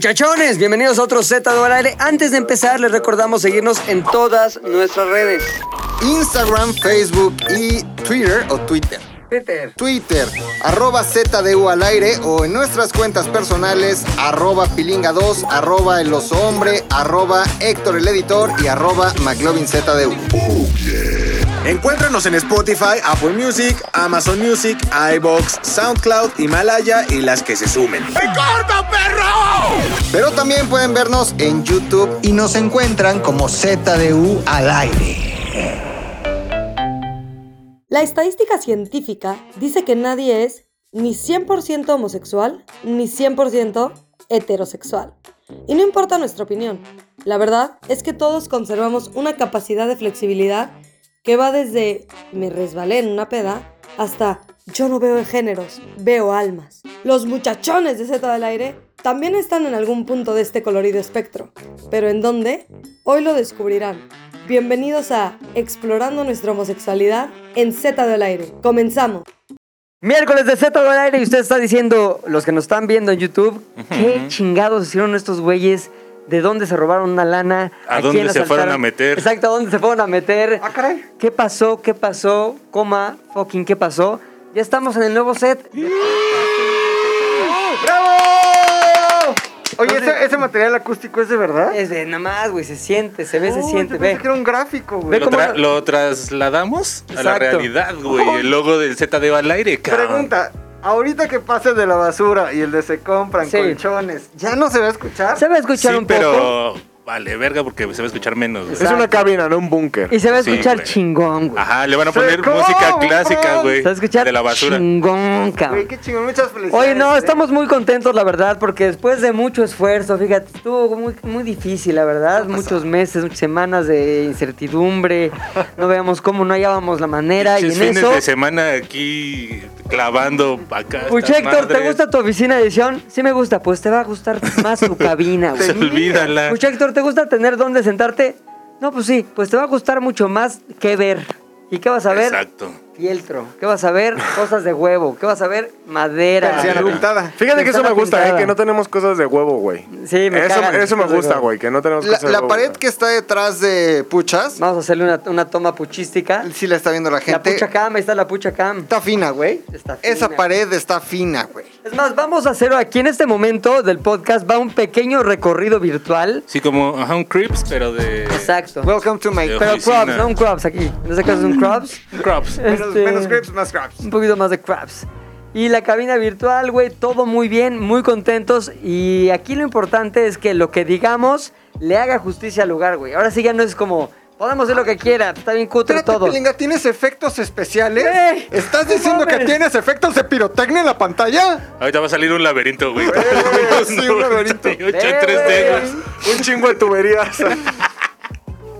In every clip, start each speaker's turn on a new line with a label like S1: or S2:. S1: Muchachones, bienvenidos a otro Z de aire. Antes de empezar, les recordamos seguirnos en todas nuestras redes.
S2: Instagram, Facebook y Twitter o Twitter.
S1: Peter.
S2: Twitter, arroba ZDU al aire o en nuestras cuentas personales, arroba pilinga2, arroba el oso hombre, arroba Héctor el editor y arroba McLovinZDU.
S3: Encuéntranos en Spotify, Apple Music, Amazon Music, iBox, SoundCloud, Himalaya y las que se sumen.
S2: Pero también pueden vernos en YouTube
S4: y nos encuentran como ZDU al aire.
S5: La estadística científica dice que nadie es ni 100% homosexual ni 100% heterosexual. Y no importa nuestra opinión. La verdad es que todos conservamos una capacidad de flexibilidad que va desde me resbalé en una peda hasta yo no veo géneros, veo almas. Los muchachones de Z del Aire también están en algún punto de este colorido espectro. Pero ¿en dónde? Hoy lo descubrirán. Bienvenidos a Explorando nuestra homosexualidad en Z del Aire. Comenzamos.
S1: Miércoles de Z de aire y usted está diciendo, los que nos están viendo en YouTube, qué chingados hicieron estos güeyes, de dónde se robaron una lana,
S6: ¿A dónde
S1: quién
S6: se
S1: asaltaron?
S6: fueron a meter?
S1: Exacto, a dónde se fueron a meter. Ah, caray. ¿Qué pasó? ¿Qué pasó? Coma, fucking, ¿qué pasó? Ya estamos en el nuevo set.
S7: ¡Bravo! Oye,
S1: Entonces-
S7: ese, ese material acústico es de verdad.
S1: Es de nada más, güey, se siente, se ve, se
S7: Oh,
S1: siente,
S7: yo pensé
S1: ve.
S7: que era un gráfico,
S1: Ve
S7: güey.
S6: Lo,
S1: cómo
S6: tra-
S1: lo-
S6: lo trasladamos a la
S1: Exacto.
S6: realidad, güey. El logo del ZDU al aire, cabrón.
S7: Pregunta, ahorita que pase de la basura y el de se compran
S1: Sí.
S7: colchones, ¿ya no se va a escuchar?
S1: Se va a escuchar
S6: sí,
S1: un poco.
S6: pero vale, verga, porque se va a escuchar menos. güey.
S1: Exacto.
S3: cabina, no un búnker.
S1: Y se va a
S6: Sí,
S1: escuchar
S6: güey.
S1: chingón, güey.
S6: Ajá, le van a
S7: Se
S6: poner
S7: compra.
S6: música clásica, güey.
S1: se va a escuchar
S6: De la basura.
S1: chingón, cabrón.
S7: Güey, qué chingón, muchas felicidades.
S1: Oye, no,
S7: ¿eh?
S1: estamos muy contentos, la verdad, porque después de mucho esfuerzo, fíjate, estuvo muy, muy difícil, la verdad, muchos meses, muchas semanas de incertidumbre, no veíamos cómo, no hallábamos la manera, y
S6: Pinches
S1: en
S6: fines
S1: eso...
S6: de semana aquí clavando acá. estas
S1: Uy, Pues, Héctor, ¿te
S6: madres.
S1: gusta tu oficina de edición? Sí me gusta, pues te va a gustar más tu cabina,
S6: Se
S1: güey.
S6: olvídala.
S1: Uy, Héctor, ¿te gusta tener dónde sentarte? No, pues sí, pues te va a gustar mucho más que ver. ¿Y qué vas a ver?
S6: Exacto.
S1: Fieltro. ¿Qué vas a ver? Cosas de huevo. ¿Qué vas a ver? Madera.
S2: Persiana pintada.
S3: Fíjate que eso
S1: Ventana
S3: me gusta,
S1: pintada.
S3: eh, que no tenemos cosas de huevo, güey.
S1: Sí, me
S3: eso,
S1: cagan
S3: eso me
S1: las cosas de
S3: gusta,
S1: huevo.
S3: güey, que no tenemos
S2: La,
S3: cosas de
S2: la
S3: huevo,
S2: pared
S3: güey.
S2: que está detrás de Puchas,
S1: Vamos a hacerle una, una toma puchística.
S2: si la está viendo la
S1: La
S2: gente,
S1: pucha cam, ahí está la pucha cam.
S2: está fina, güey.
S1: Está fina.
S2: Esa pared está fina, güey.
S1: Es más, vamos a hacer aquí en este momento del podcast, va un pequeño recorrido virtual.
S6: Sí, como ajá, un Crips, pero de.
S1: Exacto.
S2: Welcome to my...
S6: Yo.
S1: Pero
S6: oficina.
S1: crops, no un crops aquí. En este caso es un crops.
S6: Crops.
S7: Menos,
S1: Este,
S7: menos grapes, más grapes.
S1: Un poquito más de crops. Y la cabina virtual, güey, todo muy bien, muy contentos. Y aquí lo importante es que lo que digamos le haga justicia al lugar, güey. Ahora sí ya no es como, podemos hacer lo que quiera, está bien cutre
S2: Espérate,
S1: todo.
S2: Pilinga, ¿tienes efectos especiales?
S1: Güey,
S2: ¿Estás
S1: no
S2: diciendo que
S1: mames.
S2: tienes efectos de pirotecnia en la pantalla?
S6: Ahorita va a salir un laberinto, güey.
S2: sí, un laberinento.
S6: 98 en
S1: Eh,
S6: 3D,
S1: güey.
S6: güey.
S3: Un chingo de tuberías.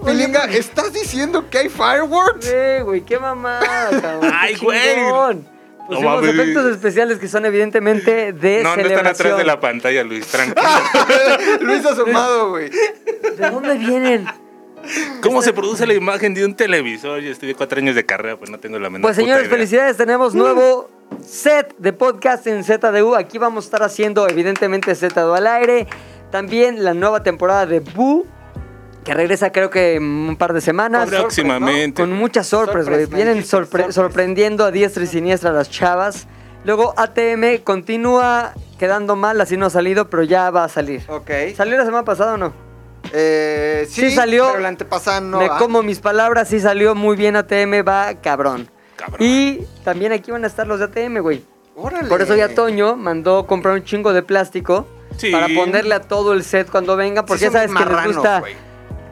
S2: Pilinga, ¿estás diciendo que hay fireworks?
S1: Sí, güey, qué mamada, cabrón.
S6: Ay,
S1: qué
S6: güey.
S1: chingón. Pusimos
S6: No mames.
S1: efectos especiales que son evidentemente de
S6: No, no están
S1: celebración.
S6: atrás de la pantalla, Luis, tranquilo.
S2: Luis asomado, güey.
S1: ¿De dónde vienen?
S6: ¿Cómo se produce la imagen de un televisor? Yo estudié cuatro años de carrera, pues no tengo la menor
S1: Pues
S6: puta
S1: señores,
S6: idea.
S1: felicidades, tenemos nuevo set de podcast en ZDU. Aquí vamos a estar haciendo evidentemente ZDU al aire. También la nueva temporada de Boo, que regresa creo que en un par de semanas.
S6: Próximamente.
S1: Con muchas sorpresas, güey. Vienen sorpre- sorprendiendo a diestra y siniestra a las chavas. Luego ATM continúa quedando mal, así no ha salido, pero ya va a salir.
S2: Ok.
S1: ¿Salió la semana pasada o no?
S2: Eh, sí,
S1: Sí salió.
S2: Pero la antepasada no.
S1: Me
S2: ¿ah?
S1: como mis palabras, sí salió muy bien ATM, va cabrón.
S6: Cabrón.
S1: Y también aquí van a estar los de ATM, güey.
S2: Órale.
S1: Por eso ya Toño mandó comprar un chingo de plástico
S6: Sí.
S1: para ponerle a todo el set cuando venga, porque ya
S2: Sí son
S1: sabes que les
S2: marranos,
S1: gusta
S2: güey.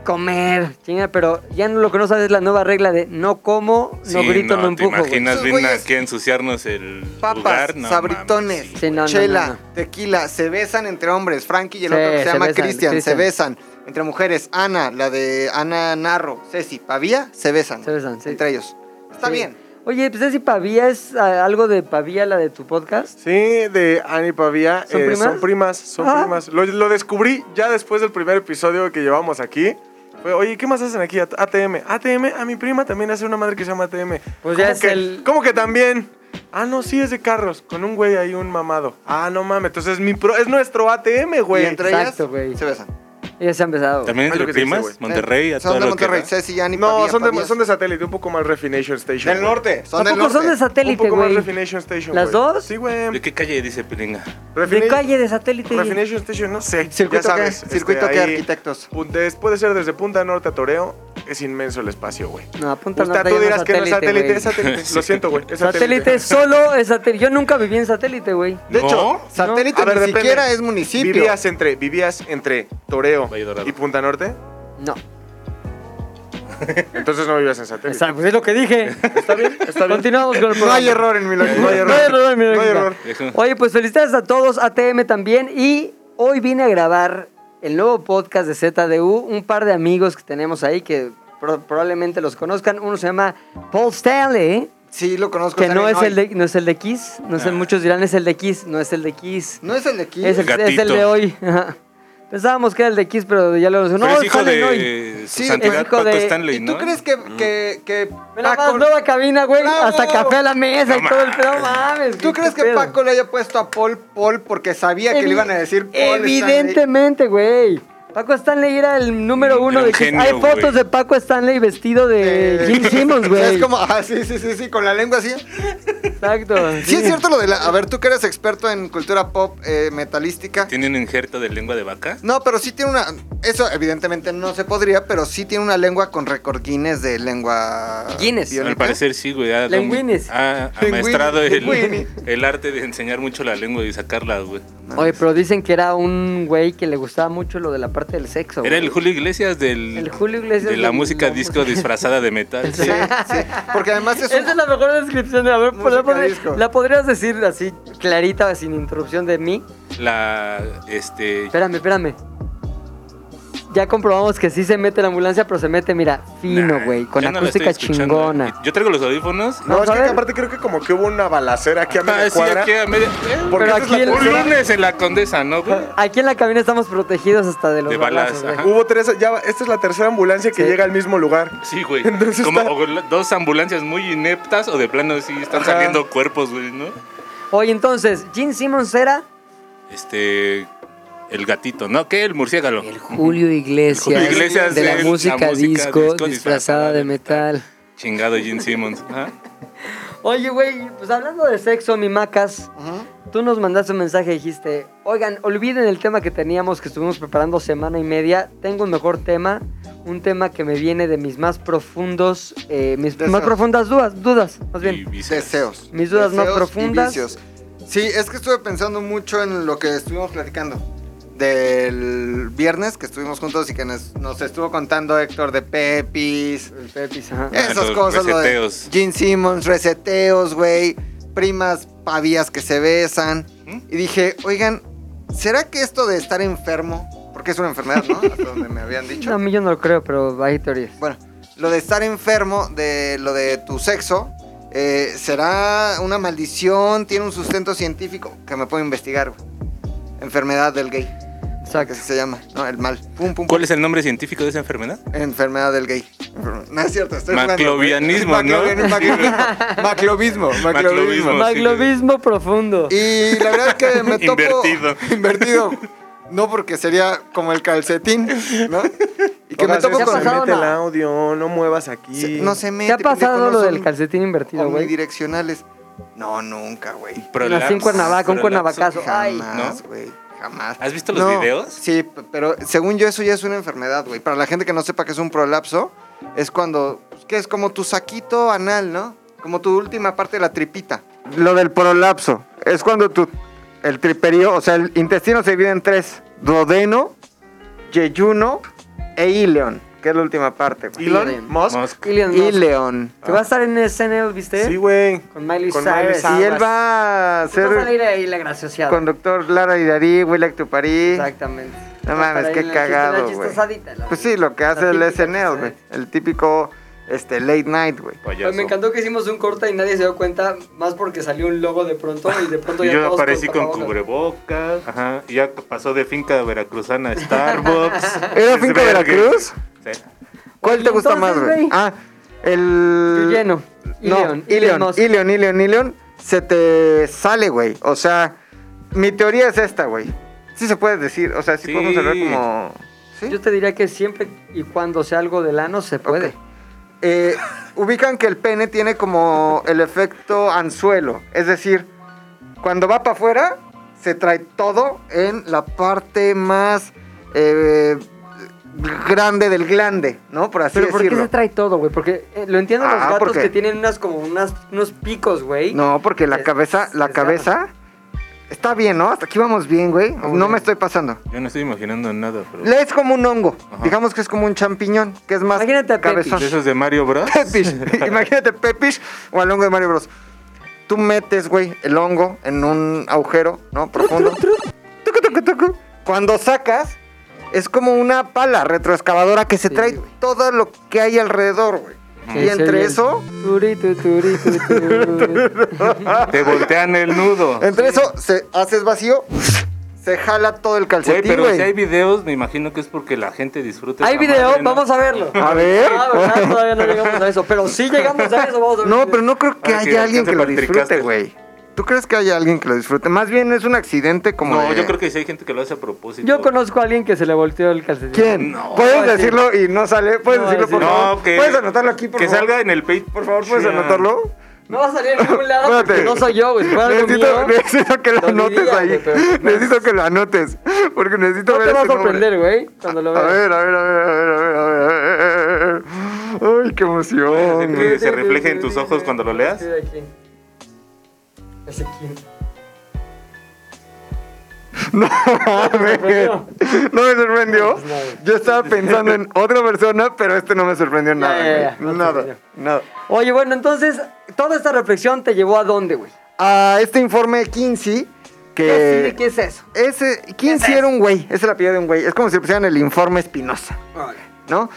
S1: comer, chinga, pero ya no, lo que no sabes es la nueva regla de no como, no
S6: Sí,
S1: grito, no,
S6: ¿te
S1: empujo. güey.
S6: imaginas,
S2: Esos
S6: vienen
S2: güeyes-
S6: aquí a ensuciarnos el
S2: Papas,
S6: lugar? No
S2: sabritones,
S6: mames, sí.
S1: Sí, no, no,
S2: chela,
S1: no, no.
S2: tequila, se besan entre hombres. Frankie y el
S1: Sí,
S2: otro que se,
S1: se
S2: llama
S1: besan,
S2: Cristian, se
S1: Cristian.
S2: besan. Entre mujeres, Ana, la de Ana Narro, Ceci, Pavía, se besan.
S1: Se besan, sí.
S2: Entre ellos. Está
S1: Sí.
S2: bien.
S1: Oye, pues Ceci Pavía es ah, algo de Pavía, la de tu podcast.
S3: Sí, de Ani Pavía.
S1: ¿Son
S3: eh,
S1: primas?
S3: Son primas, son
S1: Ah.
S3: primas. Lo, lo descubrí ya después del primer episodio que llevamos aquí. Fue, Oye, ¿qué más hacen aquí? At- ATM. ATM, a mi prima también hace una madre que se llama ATM.
S1: Pues ya
S3: ¿Cómo
S1: es
S3: que-
S1: el-
S3: ¿Cómo que también? Ah, no, sí es de carros, con un güey ahí, un mamado. Ah, no mames, entonces es mi pro, es nuestro ATM,
S2: Y
S3: güey.
S2: entre
S1: exacto,
S2: ellas
S1: güey.
S2: se besan.
S1: Ya se ha empezado.
S6: También
S3: Es lo
S6: entre
S3: que se dice,
S6: primas,
S3: güey.
S6: Monterrey, a
S2: Son
S6: todo
S2: de
S6: lo que
S2: Monterrey,
S6: da.
S2: Ceci, Yanni,
S3: No,
S2: Pavía,
S3: son de,
S2: Pavías.
S3: son de satélite, un poco más Refination Station.
S8: Del
S3: güey.
S8: norte.
S1: ¿A
S2: Son del
S1: poco son de
S2: norte.
S1: satélite,
S3: Un poco más
S1: güey?
S3: Refination Station.
S1: ¿Las
S3: güey.
S1: dos?
S3: Sí, güey.
S6: ¿De qué calle dice Pilinga?
S1: De
S3: Refine-
S1: calle, de satélite. y-
S3: Refination Station, no sé.
S2: ¿Circuito
S3: ya sabes.
S2: qué? ¿Circuito
S3: este,
S2: qué,
S3: ahí,
S2: arquitectos?
S3: punta- es- Puede ser desde Punta Norte a Toreo. Es inmenso el espacio, güey.
S1: No, apunta
S3: Usted,
S1: norte,
S3: tú
S1: yo
S3: dirás que no es satélite,
S1: güey.
S3: es satélite. Lo siento, güey. Es
S1: Satélite solo es satélite. Yo nunca viví en satélite, güey.
S2: De
S6: No.
S2: hecho, satélite
S3: A ver,
S2: ni
S3: depende.
S2: siquiera es municipio.
S3: Vivías entre, vivías entre Toreo
S6: Valle Dorado.
S3: y Punta Norte,
S1: No.
S3: entonces no vivías en satélite.
S1: Exacto, pues es lo que dije. Está bien, está bien. Continuamos con el programa.
S2: No hay error en mi lógica.
S3: No hay error.
S1: No hay error, mi
S3: No hay
S1: lógica.
S3: error.
S1: Oye, pues felicidades a todos, ATM también. Y hoy vine a grabar el nuevo podcast de ZDU. Un par de amigos que tenemos ahí que pro- probablemente los conozcan. Uno se llama Paul Stanley, ¿eh?
S2: Sí, lo conozco.
S1: que no
S2: también,
S1: es, el de, no es el de Kiss. No sé, muchos dirán es el de Kiss, no es el de Kiss.
S2: No es el de aquí.
S1: Es el, es
S6: Gatito.
S1: el de hoy. Ajá. Pensábamos que era el de Kiss, pero ya lo
S6: Pero
S1: No,
S6: es hijo
S1: sale hoy.
S6: de su
S2: Sí,
S1: es
S6: santidad
S1: hijo
S6: Paco
S1: de-
S6: Stanley,
S2: ¿Y
S6: ¿no? Mm.
S2: tú crees que, que, que
S1: Mira,
S2: Paco-
S1: más nueva cabina, güey.
S2: ¡Bravo!
S1: Hasta café a la mesa y
S6: No
S1: todo el pedo. Mames.
S2: ¿Tú
S1: qué
S2: crees que
S1: pedo.
S2: Paco le haya puesto a Paul Paul porque sabía que
S1: Evi-
S2: le iban a decir Paul? Stanley?
S1: Evidentemente, güey. Paco Stanley era el número uno
S6: Era
S1: de
S6: un
S1: Kiss.
S6: genio,
S1: Hay fotos
S6: güey.
S1: de Paco Stanley vestido de
S2: Eh,
S1: Jim Simmons,
S2: O sea,
S1: güey.
S2: Es como, ah, sí, sí, sí, sí, con la lengua así.
S1: Exacto.
S2: Sí, es cierto lo de la. A ver, tú que eres experto en cultura pop eh, metalística.
S6: ¿Tiene un injerto de lengua de vaca?
S2: No, pero sí tiene una. Eso evidentemente no se podría, pero sí tiene una lengua con recordines de lengua.
S1: Guinness.
S2: biónica.
S6: Al parecer sí, güey. Ha,
S1: Lenguines.
S6: ha
S2: Lenguini,
S6: maestrado el,
S2: lenguini.
S6: el arte de enseñar mucho la lengua y sacarla, güey.
S1: Oye, pero dicen que era un güey que le gustaba mucho lo de la parte del sexo.
S6: Era
S1: güey.
S6: el Julio Iglesias del...
S1: El Julio Iglesias
S6: De la
S1: del-
S6: música
S1: la
S6: disco disfrazada de metal.
S2: Sí, sí. Porque además es
S1: Esa es
S2: un.
S1: la mejor descripción de a ver,
S2: Música
S1: ¿la, podri-
S2: disco.
S1: la podrías decir así clarita sin interrupción de mí.
S6: La... Este...
S1: Espérame, espérame. Ya comprobamos que sí se mete la ambulancia, pero se mete, mira, fino,
S6: Nah,
S1: güey, con
S6: yo no la estoy
S1: acústica
S6: escuchando. eh.
S1: chingona.
S6: Yo traigo los audífonos.
S3: No,
S1: Vamos
S3: es
S1: a
S3: que
S1: ver.
S3: aparte creo que como que hubo una balacera aquí a
S6: Ah,
S3: media
S6: sí,
S3: cuadra.
S6: aquí a media- eh,
S1: Pero
S3: Porque esa es la
S1: aquí el-
S6: Un
S3: pulsión.
S6: lunes en la condesa, ¿no,
S3: Ah.
S6: güey?
S1: Aquí en la cabina estamos protegidos hasta de los
S6: De
S1: balazos,
S6: balas,
S1: güey.
S6: ajá.
S3: Hubo tres, ya, va- esta es la tercera ambulancia que
S1: Sí.
S3: llega al mismo lugar.
S6: Sí, güey.
S3: Entonces
S6: Como
S3: está-
S6: o la- dos ambulancias muy ineptas o de plano sí están
S3: Ajá.
S6: saliendo cuerpos, güey, ¿no?
S1: Oye, entonces, Gene Simmons era
S6: Este el gatito, ¿no? ¿Qué? El murciélago.
S1: el Julio Iglesias,
S6: Julio Iglesias
S1: de la,
S6: de la
S1: música,
S6: música
S1: disco,
S6: disco
S1: disfrazada
S6: disfrazada
S1: de
S6: de
S1: metal.
S6: Chingado Gene Simmons. Ajá.
S1: Oye, güey, pues hablando de sexo, mi macas,
S2: Ujú.
S1: tú nos mandaste un mensaje y dijiste, oigan, olviden el tema que teníamos, que estuvimos preparando semana y media, tengo un mejor tema, un tema que me viene de mis más profundos, eh, mis
S2: Deseos.
S1: más profundas dudas, dudas, más
S6: Y
S1: bien.
S6: vice-
S2: Deseos.
S1: Mis dudas más
S2: Deseos y
S1: profundas.
S2: vicios. Sí, es que estuve pensando mucho en lo que estuvimos platicando. Del viernes que estuvimos juntos y que nos, nos estuvo contando Héctor de Pepis.
S1: El Pepis, ajá.
S6: Eh.
S2: Esas
S6: los
S2: cosas, lo de
S6: reseteos.
S2: Gene Simmons, reseteos, güey. Primas pavías que se besan.
S6: ¿Mm?
S2: Y dije, oigan, ¿será que esto de estar enfermo, porque es una enfermedad, ¿no? Hasta donde me habían dicho.
S1: No, a mí yo no lo creo, pero hay teorías.
S2: Bueno, lo de estar enfermo, de lo de tu sexo, eh, ¿será una maldición? ¿Tiene un sustento científico? Que me puedo investigar, güey. Enfermedad del gay, que
S1: Exacto.
S2: así se llama, ¿no? El mal. Pum, pum, pum.
S6: ¿Cuál es el nombre científico de esa enfermedad?
S2: Enfermedad del gay. Enferme- No es cierto, estoy jugando,
S6: Maclovianismo,
S2: güey.
S6: ¿no?
S2: Maclovian- maclovismo, Maclovismo, maclovismo.
S6: Maclovismo.
S1: Maglovismo profundo.
S2: Y la verdad es que me tocó...
S6: Invertido.
S2: Invertido. No porque sería como el calcetín, ¿no? Y que
S3: Oiga,
S2: me topo
S3: César,
S1: ¿te ha
S2: con...
S1: pasado
S3: mete el
S1: nada?
S3: audio, no muevas aquí.
S2: Se- No se mete.
S1: ¿Te ha pasado
S2: pendejo, no
S1: lo del
S2: son-
S1: calcetín invertido, güey?
S2: omnidireccionales. No, nunca, güey.
S6: Prolapso,
S1: Nací en Cuernavaca, un
S6: prolapso.
S1: cuernavacazo. Ay.
S2: Jamás, güey. Jamás.
S6: ¿Has visto los videos?
S2: Sí, p- pero según yo eso ya es una enfermedad, güey. Para la gente que no sepa que es un prolapso, es cuando pues, que es como tu saquito anal, ¿no? Como tu última parte de la tripita.
S7: Lo del prolapso. Es cuando tu, el triperío, o sea, el intestino se divide en tres. Duodeno, yeyuno e ileón, que es la última parte. güey.
S3: Elon Musk.
S6: Musk.
S1: Elon Musk.
S7: Ileón.
S1: Que va a estar en SNL, ¿viste?
S3: Sí, güey.
S1: Con Miley
S3: Con
S1: Cyrus.
S3: Miley Cyrus.
S7: Y él va a
S1: Va a
S7: ser
S1: salir ahí la graciosa.
S7: conductor Lara Idarí, Willa Tuparí.
S1: Exactamente.
S7: No
S1: Va a estar
S7: mames,
S1: ahí
S7: qué
S1: la
S7: cagado,
S1: chistera
S7: güey.
S1: chistosadita, la
S7: Pues
S1: verdad.
S7: sí, lo que
S1: La
S7: hace el
S1: típica ¿eh?
S7: SNL, güey.
S1: chistosadita.
S7: El típico este, late night, güey.
S6: Payaso.
S1: Oye, Pues me encantó que hicimos un corte y nadie se dio cuenta, más porque salió un logo de pronto y de pronto
S6: Y
S1: ya
S6: Yo
S1: todos
S6: aparecí con
S1: tapabocas.
S6: cubrebocas. Ajá. Y ya pasó de finca veracruzana a Starbucks.
S7: ¿Era
S6: Es
S7: Finca
S6: verga.
S7: Veracruz?
S6: Sí.
S7: ¿Cuál te
S1: Y
S7: gusta
S1: entonces,
S7: más, güey?
S1: güey.
S7: Ah, el...
S1: Yo lleno.
S7: No,
S1: Elon, Elon
S7: Ilion,
S1: Musk.
S7: Ilion, Ilion, Ilion. se te sale, güey. O sea, mi teoría es esta, güey. Sí se puede decir, o sea, sí,
S6: Sí.
S7: podemos hablar como... ¿Sí?
S1: Yo te diría que siempre y cuando sea algo del ano se puede.
S7: Ok. Eh, ubican que el pene tiene como el efecto anzuelo. Es decir, cuando va para afuera, se trae todo en la parte más eh, grande del glande, ¿no? Por así
S1: Pero ¿por qué
S7: decirlo.
S1: se trae todo, güey? Porque eh, lo entiendo los
S7: Ah,
S1: gatos
S7: porque-
S1: que tienen unas como unas, unos picos, güey.
S7: No, porque la
S1: Es-
S7: cabeza, la
S1: es-
S7: cabeza está bien, ¿no? Hasta aquí vamos bien, güey. No
S1: bien.
S7: me estoy pasando.
S6: Yo no estoy imaginando nada, pero.
S7: Es como un hongo.
S6: Ajá.
S7: Digamos que es como un champiñón, que es más
S1: Imagínate a
S7: cabezón.
S6: ¿De esos de Mario Bros?
S7: Pepish. Imagínate Pepish o al hongo de Mario Bros. Tú metes, güey, el hongo en un agujero, ¿no? Profundo. Tucu, tucu, tucu. Cuando sacas, es como una pala retroexcavadora que se
S1: Sí,
S7: trae
S1: güey.
S7: todo lo que hay alrededor, güey.
S1: Sí,
S7: y
S1: se
S7: entre
S1: oye.
S7: eso,
S1: Turi, tu, turi, tu, tu.
S6: Te voltean el nudo.
S7: entre eso, se haces vacío, se jala todo el
S6: Güey,
S7: calcetín,
S6: pero si hay
S7: güey.
S6: videos, me imagino que es porque la gente
S7: Este
S6: disfruta.
S1: Hay
S6: esa
S1: video,
S6: madre, ¿no?
S1: vamos a verlo.
S7: A ver.
S1: Ah, ¿verdad? todavía no llegamos a eso, pero sí llegamos a eso, vamos a ver.
S7: No, pero no creo que
S6: Ahora sí,
S7: haya alguien
S6: alcanza
S7: que lo
S6: para el
S7: disfrute,
S6: Tricaster.
S7: güey. ¿Tú crees que haya alguien que lo disfrute? Más bien es un accidente como
S6: No,
S7: de-
S6: yo creo que sí hay gente que lo hace a propósito.
S1: Yo conozco a alguien que se le volteó el calcetín.
S7: ¿Quién?
S6: No.
S7: puedes decirlo y no sale. Puedes
S1: No,
S7: decirlo, por
S1: sí.
S7: favor.
S6: No, que.
S7: Puedes anotarlo aquí, por
S6: Que
S7: favor.
S6: salga en el page, por favor,
S7: ¿Puedes anotarlo?
S1: No va a salir en ningún lado porque
S7: Espérate.
S1: no soy yo, güey. Si fuera algo
S7: Necesito,
S1: mío,
S7: necesito que lo
S1: lo diría,
S7: anotes ahí.
S1: güey, pero-
S7: Necesito que lo anotes. Porque necesito
S1: no
S7: ver
S1: te va a
S7: ese nombre.
S1: sorprender, güey, cuando lo
S7: A
S1: veas.
S7: ver, a ver, a ver, a ver, a ver, a ver, a ver. Ay, qué emoción. güey.
S6: Que se refleje en tus ojos cuando lo leas.
S1: Sí, de aquí. Ese quién.
S7: No mames.
S1: sorprendió?
S7: No me sorprendió.
S1: Pues nada.
S7: Yo estaba pensando en otra persona, pero este no me sorprendió nada.
S1: ya, ya, no
S7: güey.
S1: te
S7: Nada,
S1: sorprendió.
S7: nada.
S1: Oye, bueno, entonces, toda esta reflexión te llevó a dónde, güey.
S7: A este informe Kinsey,
S1: ¿Qué, sí,
S7: que
S1: ¿Qué es eso?
S7: Ese, ¿Quién sí era un güey? Es el apellido de un güey. Es como si le pusieran el informe Espinosa, ¿no?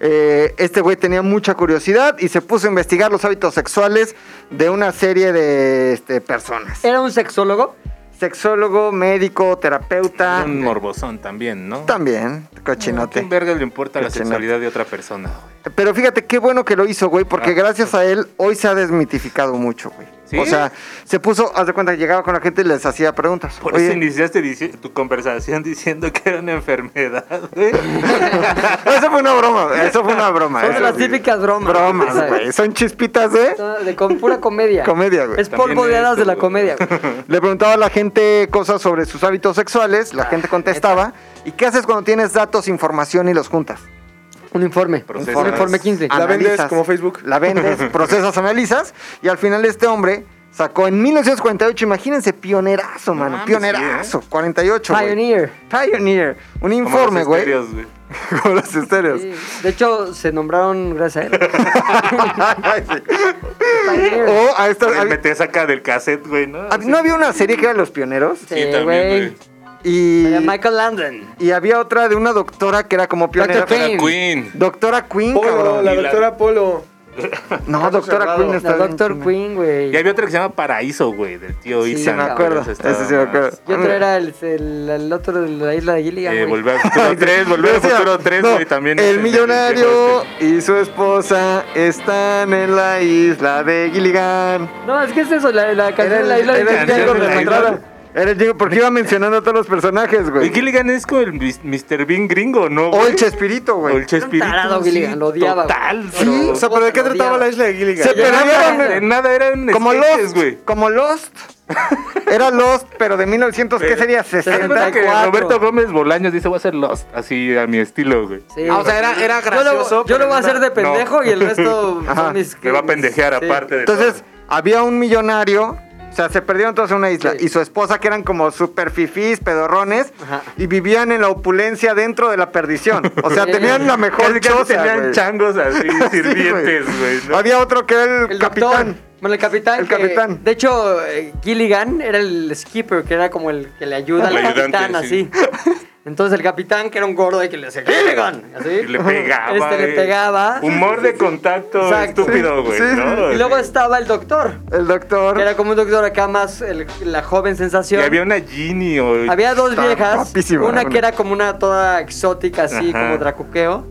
S7: Eh, este güey tenía mucha curiosidad y se puso a investigar los hábitos sexuales de una serie de este, personas.
S1: ¿Era un sexólogo?
S7: Sexólogo, médico, terapeuta.
S6: Un morbosón también, ¿no?
S7: También,
S6: ¿A
S7: cochinote.
S6: quién verga le importa la
S7: Cochinote.
S6: sexualidad de otra persona, güey?
S7: Pero fíjate qué bueno que lo hizo, güey, porque gracias a él hoy se ha desmitificado mucho, güey.
S6: Ah. ¿Sí?
S7: O sea, se puso, haz de cuenta que llegaba con la gente y les hacía preguntas.
S6: Por
S7: Oye,
S6: eso iniciaste dici- tu conversación diciendo que era una enfermedad, güey.
S7: Eso fue una broma, eso fue una broma.
S1: Son de
S7: eso
S1: las
S7: sí.
S1: típicas bromas.
S7: Bromas, güey. Son chispitas ¿eh? de
S1: De con pura comedia.
S7: comedia, güey.
S1: Es polvo
S6: También
S1: de hadas
S6: esto,
S1: de la
S6: güey.
S1: comedia, güey.
S7: Le preguntaba a la gente cosas sobre sus hábitos sexuales, la gente contestaba. ¿Y qué haces cuando tienes datos, información y los juntas?
S1: Un informe.
S6: Procesas.
S1: Un informe 15.
S3: La vendes
S7: Analizas.
S3: como Facebook.
S7: La vendes, procesas, analizas. Y al final este hombre sacó en 1948, imagínense, pionerazo, mano,
S6: mames,
S7: pionerazo. 48, güey.
S1: Pioneer.
S7: Pioneer. Un
S6: Como
S7: informe,
S6: los
S7: güey.
S6: estéreos,
S7: Como los estéreos.
S1: Sí. De hecho, se nombraron gracias a él.
S7: Ay, sí.
S1: Pioneer.
S7: O a esta...
S6: Güey, Me te saca del cassette, güey, ¿no?
S7: hab- Ah, ¿No había una serie que era Los Pioneros?
S1: Sí, Este, güey.
S7: Y...
S1: De Michael Landon.
S7: Y había otra de una doctora que era como pionera.
S1: Doctor
S6: Era Queen.
S7: Doctora Queen,
S3: Polo,
S7: cabrón.
S3: la
S6: Y la-
S3: doctora Polo.
S7: No, doctora
S3: cerrado.
S7: Queen está
S1: La
S7: bien
S1: Doctor
S7: chingona.
S1: Queen,
S6: Y
S1: güey.
S6: había otra que se llama Paraíso, güey, del tío
S1: Sí,
S6: Ethan.
S7: Sí, me
S1: Cabrón,
S7: acuerdo.
S6: Ese
S7: Ese
S6: estaba
S7: sí me
S6: más-
S7: acuerdo.
S1: Y otro era el, el- el otro de la isla de Gilligan,
S6: Eh,
S1: güey.
S6: volver al futuro 3, volver al
S7: Decía,
S6: futuro 3,
S7: no,
S6: güey, también.
S7: El
S6: ese- este.
S7: millonario y su esposa están en la isla de Gilligan.
S1: No, es que es eso, la, la canción
S7: Era
S1: de la isla de
S7: era el
S6: Gilligan.
S7: Django
S1: Gilligan.
S6: Canción de la isla.
S7: Recontrado. Era el Django, porque iba mencionando a todos los personajes,
S6: Güey,
S7: güey.
S6: Gilligan es como el mis- Mr. Bean gringo, ¿no?
S7: O
S6: güey?
S7: el Chespirito,
S6: O el
S7: güey.
S6: Chespirito.
S1: Un tarado,
S6: sí,
S1: Gilligan, lo odiaba, güey.
S6: Total,
S1: Sí,
S6: pero-
S3: O sea, ¿pero de qué
S1: Puta, lo
S3: trataba
S1: odiaba.
S3: la isla de Gilligan?
S7: Se
S6: Ya
S7: pero
S6: nada,
S7: eran-
S6: de nada, eran
S7: Como
S6: sketches,
S7: Lost,
S6: güey.
S7: como Lost. Era Lost, pero de 1900, ¿qué
S6: Pero-
S7: sería?
S6: ¿Te das cuenta
S7: 60.
S6: que
S1: 34.
S6: Roberto Gómez Bolaños dice voy a hacer Lost, así a mi estilo, güey.
S1: Sí.
S7: Ah, o sea, era- era
S1: Yo lo-
S7: gracioso,
S1: Yo
S7: pero
S1: lo voy a
S7: no-
S1: hacer de pendejo y el resto
S7: Ajá.
S1: son mis...
S6: Me va a pendejear
S1: sí.
S6: aparte de
S7: Entonces,
S6: todo.
S7: había un millonario. O sea, se perdieron todos en una isla.
S1: Sí.
S7: Y su esposa, que eran como super fifís, pedorrones.
S1: Ajá.
S7: Y vivían en la opulencia dentro de la perdición. O sea,
S1: Sí.
S7: tenían la mejor
S6: Casi, casi
S7: choza,
S6: tenían
S7: güey.
S6: changos así,
S7: Sí, güey.
S6: sirvientes, güey. ¿no?
S7: Había otro que era el,
S1: El
S7: capitán.
S1: doctor. Bueno, el capitán.
S7: El
S1: que-
S7: capitán.
S1: de hecho, eh, Gilligan era el skipper, que era como el que le ayuda al
S6: El ayudante,
S1: capitán, así.
S6: sí.
S1: Entonces el capitán, que era un gordo, y que le decía, Gilligan, así.
S6: Y le pegaba.
S1: Este le
S6: eh.
S1: pegaba.
S6: Humor de contacto
S1: Exacto.
S6: estúpido, güey.
S7: Sí, sí,
S6: ¿no?
S1: Y luego estaba el doctor,
S7: El doctor.
S1: que era como un doctor acá más el- la joven
S6: Y
S1: sensación.
S6: había una Ginny o.
S1: Había dos
S7: Está
S1: viejas,
S7: guapísima,
S1: una
S7: una.
S1: que era como una toda exótica, así
S6: Ajá.
S1: como dracuqueo,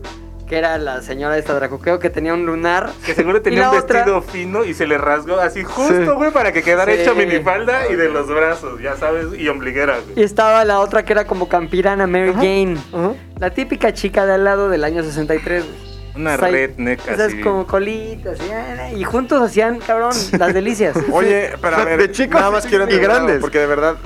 S1: que era la señora esta Draco, creo que tenía un lunar.
S6: Que seguro
S1: Y
S6: tenía
S1: la
S6: un
S1: otra-
S6: vestido fino y se le rasgó así justo, güey, para que quedara
S1: Sí.
S6: hecho minifalda y de los brazos, ya sabes, y ombliguera, güey.
S1: Y estaba la otra que era como campirana, Mary Jane.
S7: Ajá.
S1: La típica chica de al lado del año 63, güey.
S6: Una
S1: Está ahí,
S6: redneck
S1: esas
S6: así.
S1: como colitas. Y, ah, y juntos hacían, cabrón, las delicias.
S3: Oye, pero a ver,
S7: De chicos
S3: nada más quiero
S7: y
S3: entender algo,
S7: grandes.
S3: Porque de verdad.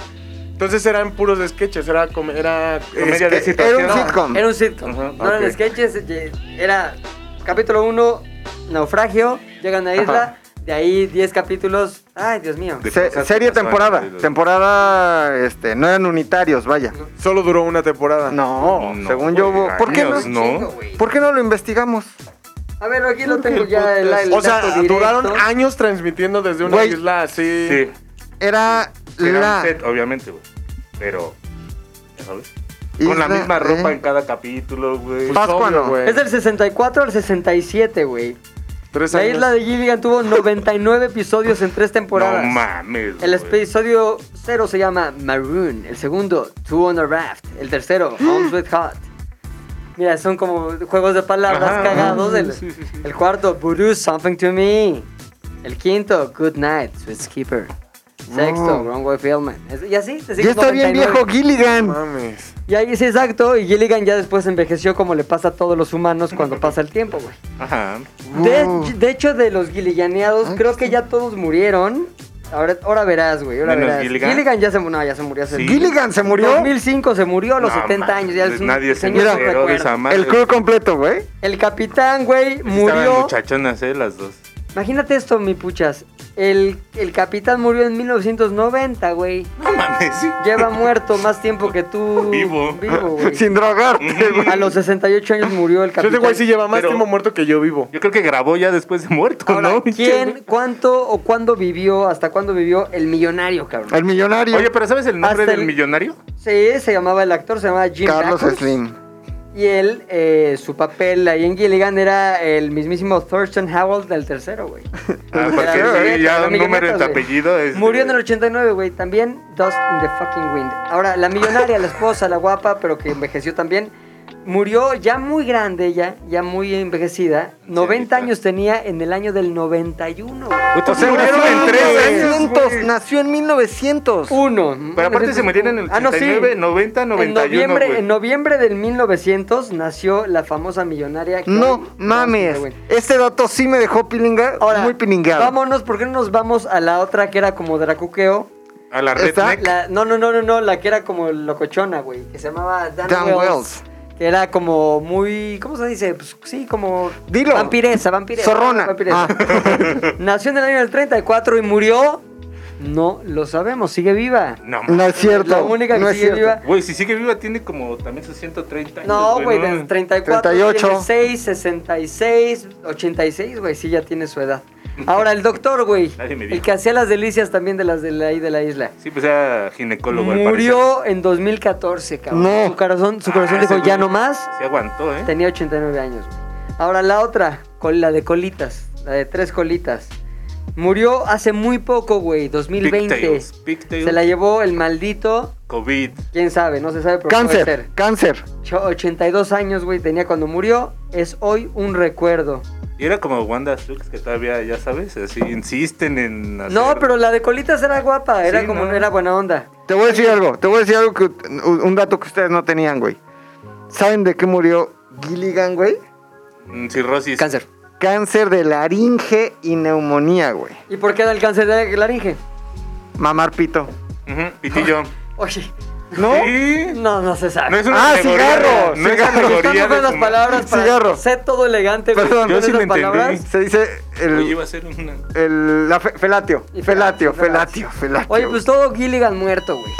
S3: Entonces eran puros sketches, era. com- era
S6: Comedia
S3: este,
S6: de situación.
S7: Era un sitcom.
S1: Era un sitcom.
S6: Ajá,
S1: no eran
S3: ok.
S1: sketches, eh, era capítulo 1, naufragio, llegan a la isla, de ahí 10 capítulos. Ay, Dios mío.
S6: De
S7: Se-
S6: cosas que
S7: serie
S6: pasaban,
S7: temporada.
S6: güey, los-
S7: Temporada, este, no eran unitarios, vaya.
S3: Solo duró una temporada.
S7: No,
S6: No,
S7: según yo
S6: güey,
S7: hubo... ¿Por qué no?
S6: años, ¿no?
S1: Chingo, güey.
S7: ¿Por qué no lo investigamos?
S1: A ver, aquí lo tengo ya. El, el
S3: o sea,
S1: dato directo.
S3: duraron años transmitiendo desde una
S7: Güey.
S3: isla así.
S6: Sí,
S7: Era
S6: que era
S7: la...
S6: un set, obviamente, güey. Pero, ya sabes. Con
S7: isla
S6: la misma
S7: de-
S6: ropa en cada capítulo, güey.
S7: Pues Pascua,
S3: obvio,
S7: ¿no?
S3: güey.
S1: Es del 64 al 67, güey.
S6: Pues
S3: Tres
S1: La
S3: años.
S1: isla de Gilligan tuvo 99 episodios en tres temporadas.
S6: No mames,
S1: El
S6: güey.
S1: episodio 0 se llama Maroon. El segundo, Two on a Raft. El tercero, Homes with Hot. Mira, son como juegos de palabras
S6: Ajá,
S1: cagados.
S6: ajá,
S1: El,
S6: sí, sí, sí.
S1: el cuarto, Voodoo Something to Me. El quinto, Good Night, Sweet Skipper. Sexto,
S7: Wow.
S1: Wrong Way Filman. Y así, te
S7: Ya
S1: sigues
S7: está
S1: 99.
S7: bien viejo Gilligan.
S3: Mames.
S1: Y ahí sí, exacto. Y Gilligan ya después envejeció como le pasa a todos los humanos cuando pasa el tiempo, güey.
S6: Ajá.
S1: De,
S7: Wow.
S1: de hecho, de los gilliganeados, creo que ya todos murieron. Ahora, ahora verás, güey, ahora
S6: Menos
S1: verás.
S6: Gilligan.
S1: Gilligan. ya se, mu- no, ya se murió. hace-
S6: Sí.
S7: Gilligan se
S1: En
S7: murió.
S1: 2005 se murió a los
S6: No
S1: 70 años. Ya
S6: mames,
S1: es un
S6: Nadie se
S1: señor sin
S6: enteró de
S1: recuerdo.
S6: esa madre.
S7: El crew completo, güey.
S1: El capitán, güey,
S6: Sí Estaban
S1: murió.
S6: muchachonas, eh, las dos.
S1: Imagínate esto, mi puchas. El, el capitán murió en 1990, güey.
S6: No mames, sí.
S1: Lleva muerto más tiempo que tú.
S6: Vivo.
S1: Vivo, güey.
S7: Sin drogarte, güey.
S1: A los 68 años murió el
S3: Yo
S1: capitán.
S3: ese güey sí lleva más
S6: Pero-
S3: tiempo muerto que yo vivo.
S6: Yo creo que grabó ya después de muerto,
S1: Ahora,
S6: ¿no?
S1: ¿Quién, cuánto o cuándo vivió, hasta cuándo vivió el millonario, cabrón?
S7: El millonario.
S6: Oye, pero ¿sabes el nombre
S1: Hasta
S6: del
S1: el-
S6: millonario?
S1: Sí, se llamaba el actor, se llamaba Jim
S7: Carlos
S1: Backus,
S7: Slim.
S1: Y él, eh, su papel ahí en Gilligan era el mismísimo Thurston Howell del tercero, güey.
S6: Ah,
S1: Era
S6: porque
S1: millonario,
S6: sí, ya
S1: era
S6: un número en tu
S1: millonario, güey.
S6: apellido es.
S1: Murió en el 89, güey. También Dust in the Fucking Wind. Ahora, la millonaria, la esposa, la guapa, pero que envejeció también. Murió ya muy grande, ya, ya muy envejecida. 90 años tenía en el año del 91, güey.
S6: Puta, se murieron
S7: Nació
S6: en tres años. güey.
S7: 1900, Nació en 1900.
S1: Uno.
S6: Pero aparte se murieron en el
S1: Ah, no, sí.
S6: 89, 90, 91.
S1: en noviembre,
S6: güey.
S1: en noviembre del 1900 nació la famosa millonaria. Karen
S7: No
S1: Dawson,
S7: mames.
S1: güey.
S7: Este dato sí me dejó pilinga,
S1: Ahora,
S7: muy pilingado.
S1: Vámonos, ¿por qué no nos vamos a la otra que era como dracuqueo?
S6: A la
S7: Está-
S6: redneck.
S1: La, no, no, no, no, no, la que era como locochona, güey, que se llamaba Dan,
S7: Dan
S1: Wells,
S7: Wells.
S1: Que era como muy, ¿cómo se dice? Pues, sí, como...
S7: Dilo.
S1: Vampiresa, vampiresa.
S7: Zorrona.
S1: vampiresa.
S7: Ah.
S1: Nació en el año del 34 y murió. No lo sabemos, sigue viva.
S6: No, mames.
S7: No es cierto.
S1: La única que
S7: no es
S1: sigue
S7: cierto.
S1: viva.
S6: Güey, si sigue viva tiene como también sus 130 años.
S1: No, güey, de 34,
S7: 38.
S1: 36, 66, 86, güey, sí ya tiene su edad. Ahora, el doctor, güey,
S6: Nadie me dijo.
S1: el que hacía las delicias también de las de la, ahí de la isla.
S6: Sí, pues era ginecólogo. al
S1: Murió en 2014, cabrón.
S7: No.
S1: Su corazón, su corazón
S6: Ah,
S1: dijo,
S6: ese
S1: ya
S6: güey.
S1: no más.
S6: parecer. Se aguantó, ¿eh?
S1: Tenía 89 años, güey. Ahora, la otra, con la de colitas, la de tres colitas. Murió hace muy poco, güey, 2020.
S6: Pigtails, pigtails.
S1: Se la llevó el maldito,
S6: COVID.
S1: quién sabe, no se sabe, pero pues, puede ser.
S7: Cáncer, cáncer.
S1: Cho- 82 años, güey, tenía cuando murió. Es hoy un recuerdo.
S6: Y era como Wanda Sux, que todavía, ya sabes, así insisten en. hacer-
S1: No, pero la de colitas era guapa, era
S6: Sí,
S1: como
S6: no.
S1: era buena onda.
S7: Te voy a decir algo, te voy a decir algo que un un dato que ustedes no tenían, güey. ¿Saben de qué murió Gilligan, güey?
S6: Mm, Cirrosis.
S1: Cáncer.
S7: Cáncer de laringe y neumonía, güey.
S1: ¿Y por qué era el cáncer de laringe?
S7: Mamar pito.
S6: Ujú, Pitillo.
S1: Oye,
S7: ¿No?
S6: Sí.
S1: no, no se sabe.
S6: No es una
S7: Ah,
S6: alegoría,
S7: cigarro,
S6: No es
S7: cigarro.
S1: Buscando
S6: alegoría. de
S1: buenas
S6: fumar.
S1: palabras para
S7: Cigarro.
S1: sé todo elegante, güey,
S7: Perdón,
S1: con
S6: yo sí
S1: esas
S6: lo entendí.
S1: palabras.
S7: Se dice
S6: Oye, iba
S7: el,
S6: a ser una.
S7: el la fe- felatio,
S1: Y felatio,
S7: felatio, felatio, felatio.
S1: Oye, pues todo Gilligan muerto, güey.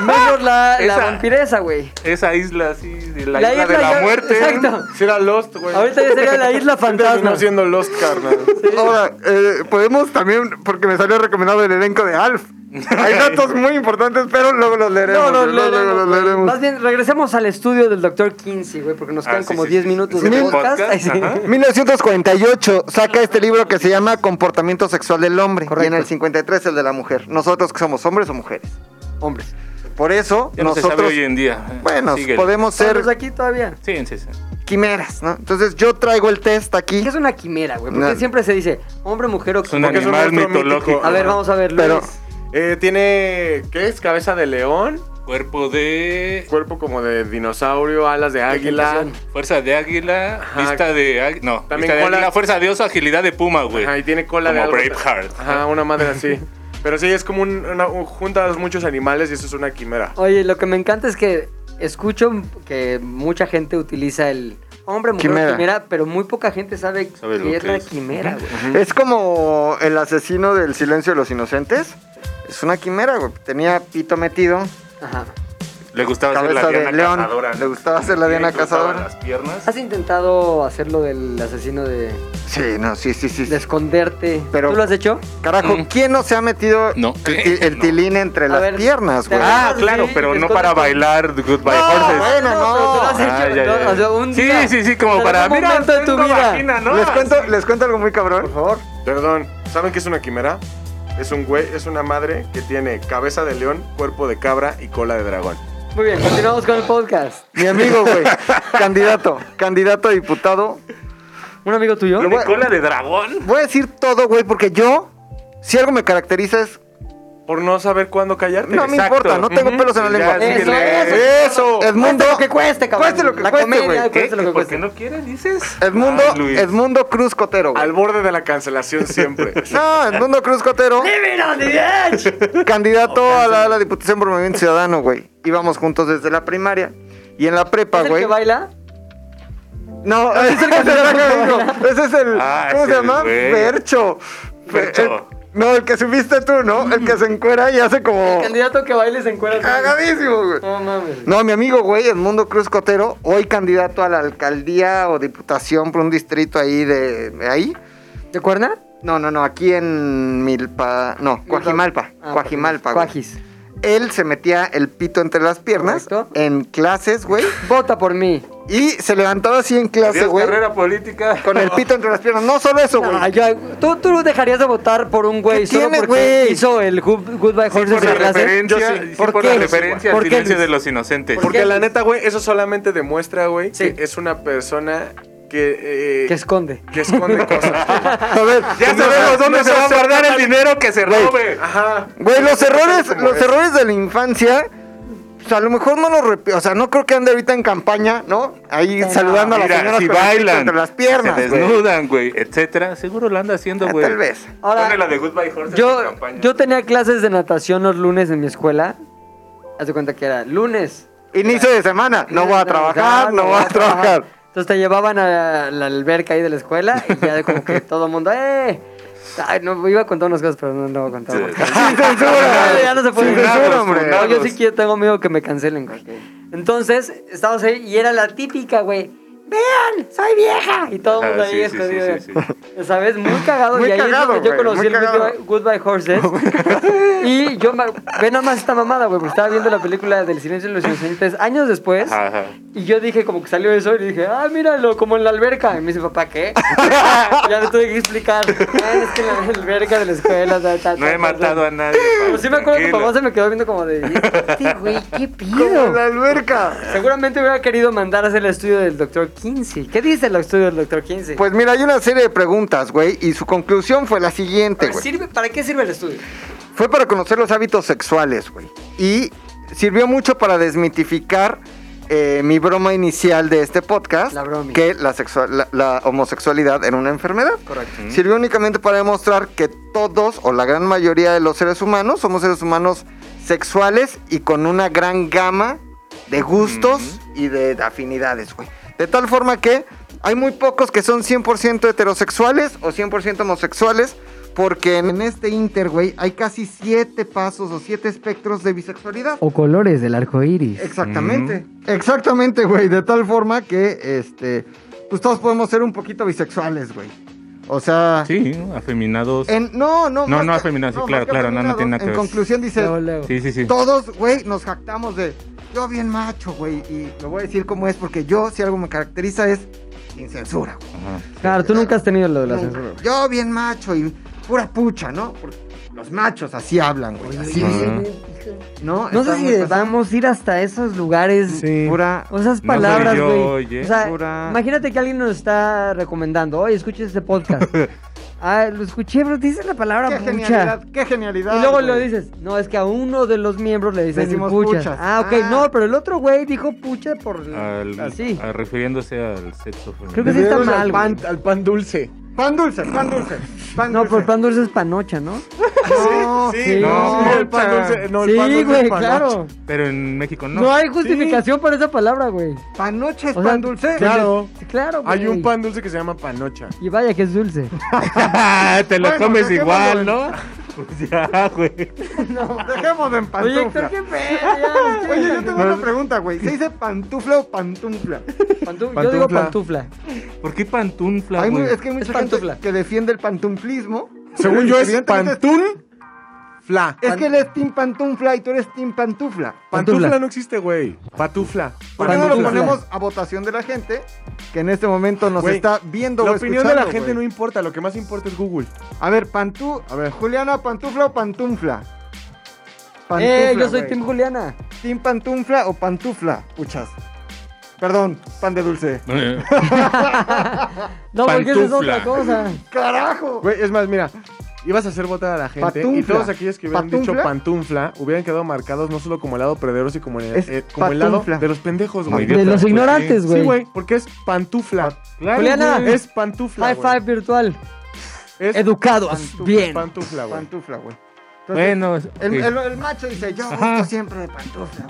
S1: Menos la, la
S6: Esa.
S1: vampireza, güey.
S6: Esa isla así, de la,
S1: La
S6: isla, de
S1: isla
S6: la
S1: ya-
S6: muerte.
S1: exacto.
S3: Si era Lost, güey.
S1: Ahorita ya sería la isla fantasma.
S3: Terminó siendo Lost, carnal.
S7: Ahora, eh, podemos también, porque me salió recomendado el elenco de Alf. Hay datos muy importantes, pero luego los leeremos.
S1: No, no,
S7: luego
S1: leeremos,
S7: los
S1: güey.
S7: leeremos.
S1: Más bien, regresemos al estudio del doctor Kinsey, güey, porque nos
S6: Ah,
S1: quedan
S6: sí,
S1: como
S6: sí,
S1: 10
S6: sí.
S1: minutos
S6: ¿De
S1: de podcast.
S6: podcast?
S1: Ay, sí.
S6: Ajá.
S7: 1948 saca este libro que se llama Comportamiento sexual del hombre y en
S1: Correcto.
S7: el 53 el de la mujer. Nosotros que somos hombres o mujeres.
S1: Hombres.
S7: Por eso
S6: Ya no se
S7: nosotros
S6: sabe hoy en día.
S7: bueno,
S6: Síguele.
S7: podemos ser
S1: Estamos aquí todavía.
S6: Sí, sí, sí.
S7: quimeras, ¿no? Entonces yo traigo el test aquí.
S1: ¿Qué es una quimera, güey? Porque
S7: No.
S1: siempre se dice hombre, mujer o
S6: Es un
S1: quimera.
S3: Porque es un
S6: animal
S3: monstruo
S6: mitológico.
S3: mítico.
S1: A ver, vamos a ver, Luis.
S7: Pero-
S3: Eh, tiene, ¿qué es? Cabeza de león,
S6: Cuerpo de.
S3: cuerpo como de dinosaurio, alas de águila.
S6: Fuerza de águila,
S3: Ajá.
S6: vista de águila. No,
S3: También
S6: vista de
S3: cola-
S6: águila, fuerza de oso, agilidad de puma, güey.
S3: Ajá, y tiene cola de
S6: Como
S3: algo.
S6: Braveheart.
S3: Ajá, una madre así. Pero sí, es como un, una, un- juntas muchos animales y eso es una quimera.
S1: Oye, lo que me encanta es que escucho que mucha gente utiliza el hombre, mujer o
S7: Quimera.
S1: quimera, pero muy poca gente sabe,
S6: Sabe lo
S1: que es
S6: que
S1: la
S6: es.
S1: quimera, güey.
S7: Es como el asesino del silencio de los inocentes. Es una quimera, güey. Tenía pito metido,
S1: Ajá.
S6: Le gustaba hacer la
S7: Cabeza de
S6: Diana
S7: león.
S6: Cazadora.
S7: Le gustaba hacer la
S6: Le
S7: Diana
S6: cruzaban
S7: Cazadora.
S6: las piernas.
S1: ¿Has intentado hacer lo del asesino de,
S7: Sí, no, sí, sí, sí.
S6: Pues,
S1: de esconderte?
S7: Pero-
S1: ¿Tú lo has hecho?
S7: Carajo,
S6: Mm.
S7: ¿quién no se ha metido
S6: No. eh,
S7: el, ti- el
S6: No.
S7: tilín entre
S1: A
S7: las
S1: ver,
S7: piernas,
S1: te
S7: güey?
S1: agarras,
S6: Ah, claro,
S1: güey,
S6: pero
S1: te
S6: no para
S1: escondes.
S6: bailar Goodbye
S7: No,
S3: Ah,
S6: Horses.
S7: bueno,
S1: pero
S7: no.
S1: tú lo has hecho,
S6: Ah, ya, ya,
S1: ¿no?
S6: ya.
S1: O sea, un
S6: sí,
S1: día.
S6: sí, sí, como
S1: en
S6: para.
S1: algún
S6: Mira,
S1: momento de tu
S6: tengo
S1: vida.
S6: vagina, ¿no?
S7: les, cuento,
S6: Así.
S7: les cuento algo muy cabrón.
S1: favor.
S3: Perdón, ¿saben qué es una quimera? Es un güey, es una madre que tiene cabeza de león, cuerpo de cabra y cola de dragón.
S1: Muy bien, continuamos con el podcast.
S7: Mi amigo, güey. candidato, candidato a diputado.
S1: ¿Un amigo tuyo?
S6: ¿Tiene cola de dragón?
S7: Voy a decir todo, güey, porque yo, si algo me caracteriza es.
S3: Por no saber cuándo callarte.
S7: No me importa, no tengo
S6: Ujú.
S7: pelos en la
S6: Ya,
S7: lengua.
S6: sí,
S1: Eso,
S6: le-
S7: Eso, Edmundo.
S1: Cueste lo que cueste, cabrón.
S7: Cueste lo que
S1: la
S7: cueste,
S1: comedia,
S7: güey.
S6: ¿Qué?
S1: cueste lo que
S6: ¿Por
S1: cueste.
S6: qué no quieres, Pues dices?
S7: Edmundo,
S6: Ay, Luis.
S7: Edmundo Cruz Cotero, güey.
S3: Al borde de la cancelación siempre.
S7: No, Edmundo Cruz Cotero,
S1: Living on the edge.
S7: candidato a la, a la Diputación por Movimiento Ciudadano, güey. Íbamos juntos desde la primaria. Y en la prepa,
S1: ¿Es el
S7: güey.
S1: que baila?
S7: No, ese es el candidato que digo. Ese es el.
S6: Ah,
S7: ¿Cómo se
S6: ese
S7: llama?
S6: güey.
S7: Percho.
S6: Fercho.
S7: no, el que subiste tú, ¿no? El que se encuera y hace como.
S1: El candidato que baile se encuentra.
S7: Cagadísimo, güey.
S1: No mames.
S7: No, mi amigo, güey, Edmundo Cruz Cotero, hoy candidato a la alcaldía o diputación por un distrito ahí de. de ahí.
S1: ¿De cuerna?
S7: No, no, no, aquí en Milpa. No, Coajimalpa.
S1: Ah,
S7: Coajimalpa, güey.
S1: Cuajis.
S7: Él se metía el pito entre las piernas
S1: Correcto.
S7: en clases, güey.
S1: Vota por mí.
S7: Y se levantaba así en clase,
S6: Adiós,
S7: güey.
S6: carrera política.
S7: Con el pito entre las piernas. No solo eso, güey.
S1: Ah, ya, ¿tú, tú dejarías de votar por un güey
S7: ¿Qué
S1: solo
S7: tiene,
S1: porque
S7: güey?
S1: hizo el Good- Goodbye
S6: Sí,
S1: Horses
S6: por la
S1: en clase.
S6: referencia,
S3: Yo sí,
S6: sí,
S3: sí,
S6: por,
S1: ¿por
S6: la
S1: qué?
S6: referencia
S1: ¿Por
S6: al
S1: qué,
S6: silencio
S1: Luis?
S6: de los inocentes.
S1: ¿Por
S3: Porque
S1: qué?
S3: la neta, güey, eso solamente demuestra, güey,
S1: Sí.
S3: que es una persona que... eh,
S1: Que esconde.
S3: que esconde cosas.
S7: A ver,
S6: Ya
S7: no,
S6: sabemos
S7: no,
S6: dónde
S7: no
S6: se
S7: son
S6: va a guardar el dinero que se
S7: Güey.
S6: robe.
S3: Ajá.
S7: Güey, los errores, los errores de la infancia, pues a lo mejor no los rep- O sea, no creo que ande ahorita en campaña, ¿no? Ahí saludando a las
S6: Mira,
S7: señoras
S6: si
S7: con el pito
S6: bailan,
S7: entre las
S6: se
S7: piernas, güey.
S6: desnudan, güey, etcétera. Seguro lo anda haciendo,
S7: Ah,
S6: güey.
S7: Tal vez.
S6: Ponle la
S1: Ahora,
S6: de Goodbye Horses en
S1: yo,
S6: campaña.
S1: yo tenía clases de natación los lunes en mi escuela. Haz de cuenta que era lunes.
S7: Inicio de semana, no voy a trabajar, no voy a trabajar.
S1: Entonces te llevaban a la alberca ahí de la escuela y ya como que todo el mundo, ¡eh! Ay, no, iba a contar unas cosas, pero no, no voy a contar. porque-
S7: Sin censura.
S1: Ya no se puede.
S7: Sin censura, hombre.
S1: No, yo sí que tengo miedo que me cancelen, güey. Entonces, estábamos ahí y era la típica, güey. ¡Vean! ¡Soy vieja! Y todo el mundo
S6: Ah, sí,
S1: ahí
S6: sí,
S1: escondido.
S6: sí, sí,
S1: ¿Sabes? Muy cagado.
S7: Muy
S1: y ahí
S7: cagado,
S1: es donde yo
S7: güey, muy
S1: conocí el
S7: cagado.
S1: video Goodbye Horses. y yo, me- ve nada más esta mamada, güey, porque estaba viendo la película del Silencio de los Inocentes años después.
S6: Ajá, ajá.
S1: Y yo dije, como que salió eso, y le dije, ah, míralo, como en la alberca. Y me dice, papá, ¿qué? ya le tuve que explicar. "Ah, Es que en la alberca de la escuela. ta, ta,
S6: No
S1: ta,
S6: he
S1: ta,
S6: matado
S1: ta".
S6: a nadie.
S1: Pues sí me acuerdo que
S6: tranquilo.
S1: papá se me quedó viendo como de... Este güey, ¿qué
S7: Como
S1: pido?
S7: la alberca.
S1: Seguramente hubiera querido mandar a hacer el estudio del doctor Kinsey. ¿Qué dice el estudio del doctor Kinsey?
S7: Pues mira, hay una serie de preguntas, güey, y su conclusión fue la siguiente, güey.
S1: ¿Sirve, ¿Para qué sirve el estudio?
S7: Fue para conocer los hábitos sexuales, güey. Y sirvió mucho para desmitificar eh, mi broma inicial de este podcast,
S1: La bromi.
S7: que la, sexua- la- la homosexualidad era una enfermedad.
S1: Correcto.
S7: Sirvió únicamente para demostrar que todos o la gran mayoría de los seres humanos somos seres humanos sexuales y con una gran gama de gustos y de afinidades, güey. De tal forma que hay muy pocos que son 100% heterosexuales o 100% homosexuales, porque en este inter, güey, hay casi siete pasos o siete espectros de bisexualidad.
S1: O colores del arco iris.
S7: Exactamente, exactamente, güey. De tal forma que, este, pues todos podemos ser un poquito bisexuales, güey. O sea,
S6: Sí,
S1: Eh,
S6: afeminados.
S7: en- no, no,
S6: No,
S7: más
S6: no,
S7: que-
S6: afeminado, sí,
S7: más
S6: claro,
S7: que
S6: claro, no, no tiene nada que
S7: En
S6: ver.
S7: conclusión dice,
S6: Sí, sí, sí.
S7: todos, güey, nos jactamos de, yo bien macho, güey, y lo voy a decir como es, porque yo, si algo me caracteriza, es sin censura, güey.
S6: Ajá.
S1: Claro, tú nunca has tenido lo de la
S7: Nunca.
S1: censura. güey.
S7: Yo bien macho y pura pucha, ¿no? Porque los machos así hablan, güey. así.
S6: oye,
S7: bien.
S6: Cool.
S7: No,
S1: No
S7: está
S1: sé si
S7: muy pasado.
S1: debamos ir hasta esos lugares.
S3: Sí.
S7: Pura-
S1: O esas
S9: No
S1: palabras,
S9: soy yo,
S1: güey.
S9: oye.
S1: o sea,
S7: Pura-
S1: imagínate que alguien nos está recomendando. Oye, escucha este podcast. ah, lo escuché, pero te dices la palabra
S7: Qué
S1: pucha.
S7: genialidad, qué genialidad.
S1: Y luego
S7: güey.
S1: lo dices, no, es que a uno de los miembros le dicen
S7: Decimos
S1: puchas.
S7: puchas.
S1: Ah, ok,
S7: Ah.
S1: no, pero el otro güey dijo pucha por
S9: Al-
S1: así.
S9: a- refiriéndose al sexo femenino.
S1: Creo que sí está
S3: Debemos
S1: mal,
S3: al
S1: güey.
S3: pan, al pan dulce.
S7: Pan dulce, pan dulce. Pan
S1: No,
S7: dulce.
S1: pero el pan dulce es panocha, ¿no?
S7: No,
S3: Sí,
S1: sí,
S3: no,
S1: sí.
S3: el pan dulce. No, el pan
S1: sí,
S3: dulce
S1: güey,
S3: es pan dulce.
S1: claro.
S9: Pero en México no.
S1: No, hay justificación para esa palabra, güey.
S7: Panoche es
S1: O sea,
S7: pan dulce.
S3: Claro.
S1: Sí, Claro, güey.
S3: Hay un pan dulce que se llama panocha.
S1: Y vaya que es dulce.
S9: Te lo
S7: Bueno,
S9: comes
S7: dejémoslo
S9: igual,
S7: en-
S9: ¿no? Pues ya, güey.
S7: Dejemos de en
S1: Oye,
S7: pantufla.
S1: Héctor, qué pedo. ya, sí.
S7: Oye, yo tengo una pregunta, güey. ¿Se dice pantufla o pantufla?
S1: Pantu- Yo digo
S3: Pantufla.
S1: pantufla.
S9: ¿Por qué pantufla,
S7: Hay mu-
S9: güey?
S7: es que hay mucha gente
S1: pantufla.
S7: que defiende el pantumplismo.
S3: Según yo es
S7: Evidentemente es-
S3: pantún fla.
S7: Es que él es team pantufla y tú eres team pantufla.
S3: Pantufla no existe, güey. Patufla.
S7: ¿Por qué no lo
S1: Pantufla.
S7: ponemos a votación de la gente que en este momento nos
S3: Güey,
S7: está viendo
S3: La
S7: o
S3: opinión de la
S7: escuchando,
S3: gente no
S7: güey?
S3: importa, lo que más importa es Google.
S7: A ver, pantú... A ver, Juliana, pantufla o pantufla?
S1: Eh, yo soy
S7: güey.
S1: Tim Juliana.
S7: ¿Team pantufla o pantufla? Puchas. Perdón, pan de dulce.
S1: No, porque esa es
S9: Pantufla.
S1: otra cosa.
S7: ¡Carajo!
S3: Güey, es más, mira, ibas a hacer votar a la gente y
S7: Patunfla.
S3: todos aquellos que hubieran
S7: Patunfla.
S3: dicho pantunfla hubieran quedado marcados no solo como el lado perdedor, sino como el,
S7: Es
S3: eh, como el lado
S7: patunfla.
S3: de los pendejos, güey.
S1: De los
S9: Pues sí.
S1: ignorantes,
S3: Sí,
S1: güey.
S3: güey, porque es pantufla. Claro,
S1: Juliana.
S3: güey, es pantufla.
S1: High
S3: güey.
S1: five virtual.
S3: Es
S1: Educados.
S3: pantufla,
S1: Bien.
S3: Pantufla, güey.
S7: Pantufla, güey. Entonces,
S9: Bueno,
S7: El,
S9: ok.
S7: el- el macho dice, yo
S9: Ajá.
S7: gusto siempre de pantufla.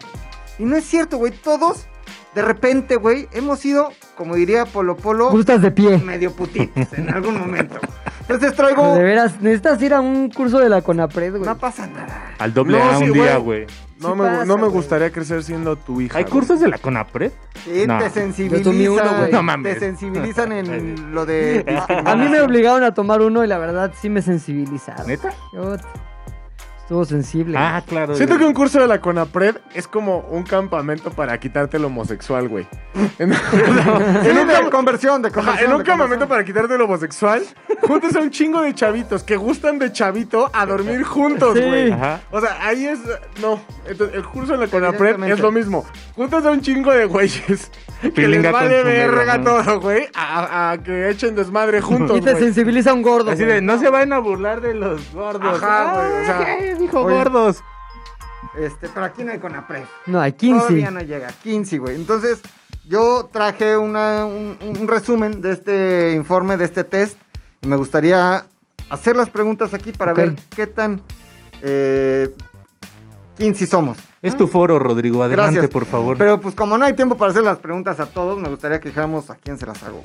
S7: Y no es cierto, güey. Todos, de repente, güey, hemos sido, como diría Polo Polo,
S1: Gustas de pie.
S7: medio putitos en algún momento. Entonces traigo...
S1: De veras, necesitas ir a un curso de la CONAPRED, güey.
S7: No pasa nada.
S9: al doble
S3: No,
S9: A
S3: sí,
S9: un
S3: güey.
S9: día, güey.
S3: No,
S1: Sí
S3: me,
S1: pasa,
S3: no me
S1: güey.
S3: gustaría crecer siendo tu hija.
S9: ¿Hay
S3: güey.
S9: cursos de la CONAPRED?
S7: Sí,
S9: No.
S1: Yo
S7: te
S1: tomé uno,
S7: sensibilizan.
S1: güey.
S9: No mames.
S7: Te sensibilizan en lo de.
S1: A mí me obligaron a tomar uno y la verdad sí me sensibilizaron.
S9: ¿Neta?
S1: Yo- Estuvo sensible.
S9: Ah, claro.
S3: Siento
S9: güey.
S3: que un curso de la CONAPRED es como un campamento para quitarte lo homosexual, güey. En,
S7: Sí, de conversión, de
S3: Ajá,
S7: conversión.
S3: en un
S7: de
S3: campamento
S7: conversión.
S3: para quitarte lo homosexual, juntas a un chingo de chavitos que gustan de chavito a dormir juntos,
S1: Sí.
S3: güey.
S9: Ajá.
S3: O sea, ahí es. No. Entonces, el curso en la CONAPRED es
S7: Evidentemente.
S3: lo mismo. Juntas a un chingo de güeyes que les
S9: Pilinga
S3: vale
S9: consumida,
S3: verga
S9: ¿no?
S3: todo, güey, a, a que echen desmadre juntos,
S1: y te
S3: güey.
S1: sensibiliza un gordo.
S9: Así
S1: güey.
S9: de, no se vayan a burlar de los gordos.
S3: Ajá, güey, o sea,
S9: Ay, dijo
S7: oye.
S9: gordos.
S7: Este, pero aquí no hay Conapred.
S1: No, hay 15.
S7: Todavía no llega. 15, güey. Entonces, yo traje una, un, un resumen de este informe, de este test. Y me gustaría hacer las preguntas aquí para
S1: Ok.
S7: ver qué tan. Eh, 15 somos.
S9: Es tu foro, Rodrigo. Adelante,
S7: Gracias.
S9: por favor.
S7: Pero pues como no hay tiempo para hacer las preguntas a todos, me gustaría que dijéramos a quién se las hago.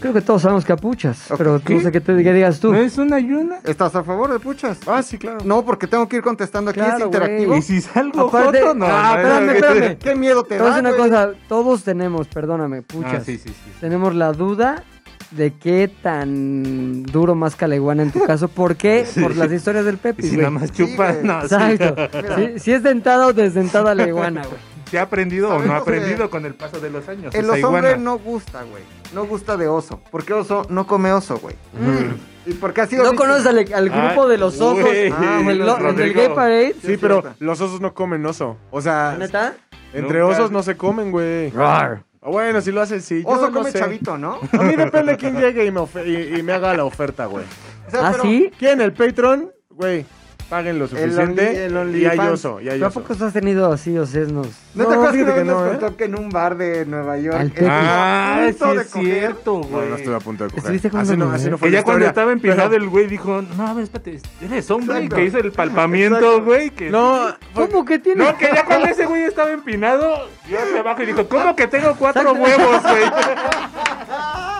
S1: Creo que todos sabemos capuchas,
S7: Ok.
S1: pero no sé qué te qué digas tú.
S9: ¿No es una ayuna?
S7: ¿Estás a favor de puchas?
S3: Ah, sí, claro.
S7: No, porque tengo que ir contestando aquí,
S1: Claro,
S7: es interactivo.
S1: güey.
S9: ¿Y si salgo
S1: Aparte-
S9: joto? No,
S1: Ah,
S9: no,
S1: espérame,
S9: no,
S1: espérame.
S7: ¿Qué miedo te
S1: Te voy a
S7: da?
S1: decir una
S7: güey?
S1: cosa, todos tenemos, perdóname, puchas.
S9: Ah, sí, sí, sí.
S1: Tenemos la duda de qué tan duro más caleguana en tu caso. ¿Por qué? Por las historias del
S9: Y
S1: Pepe,
S9: si nada más chupas,
S7: güey.
S9: no. sí.
S1: Exacto. Si, si es dentada o desdentada la iguana, güey.
S9: ¿Se ha aprendido o no ha
S7: Sabemos que-
S9: aprendido con el paso de los años?
S7: En
S9: esa
S7: los hombres
S9: iguana?
S7: no gusta, güey. No gusta de oso. Porque oso no come oso, güey.
S9: Mm.
S7: ¿Y porque ha sido
S1: No
S7: víctima?
S1: conoces al, al grupo
S9: Ay,
S1: de los ojos
S9: güey.
S1: ah, en, el, lo- en el
S9: Rodrigo.
S1: Gay Parade.
S3: Sí,
S7: es
S3: pero
S7: cierto.
S3: los osos no comen oso. O sea,
S1: ¿Neta?
S3: entre
S9: Nunca.
S3: osos no se comen, güey. Ah, Bueno, si lo hacen, sí. Yo
S7: Oso
S3: no
S7: come
S3: sé.
S7: chavito, ¿no?
S3: A mí depende de quién llegue y me, ofe- y- y me haga la oferta, güey.
S7: O
S1: ¿Ah, sí?
S3: ¿Quién? ¿El Patreon? Güey, paguen lo suficiente.
S7: el Only-
S3: y hay
S7: fans.
S3: oso, y hay
S1: ¿Tú a
S3: oso.
S1: poco has tenido así osesnos?
S7: ¿No,
S3: No,
S7: te acuerdas que una
S3: fíjate que
S7: vez nos
S3: no, ¿eh?
S7: contó que en un bar de Nueva York...
S1: Al
S7: estuvo a
S9: Ah, sí
S7: punto de
S9: es
S7: coger?
S9: cierto,
S3: No,
S9: güey.
S3: no estuve a punto de
S1: ¿Estuviste
S3: coger.
S1: con
S3: Así no,
S1: Doña
S3: así no
S1: María?
S3: fue
S9: Que
S3: la
S9: ya cuando
S3: historia.
S9: estaba empinado
S3: Pero-
S9: el güey dijo, no, a ver, espérate, eres hombre y
S7: Exacto.
S9: que hizo el palpamiento,
S7: Exacto.
S9: güey. Que...
S3: No, fue-
S1: ¿Cómo que tiene?
S9: No, que ya cuando ese güey estaba empinado, yo me bajo y dijo, ¿cómo que tengo cuatro huevos, güey?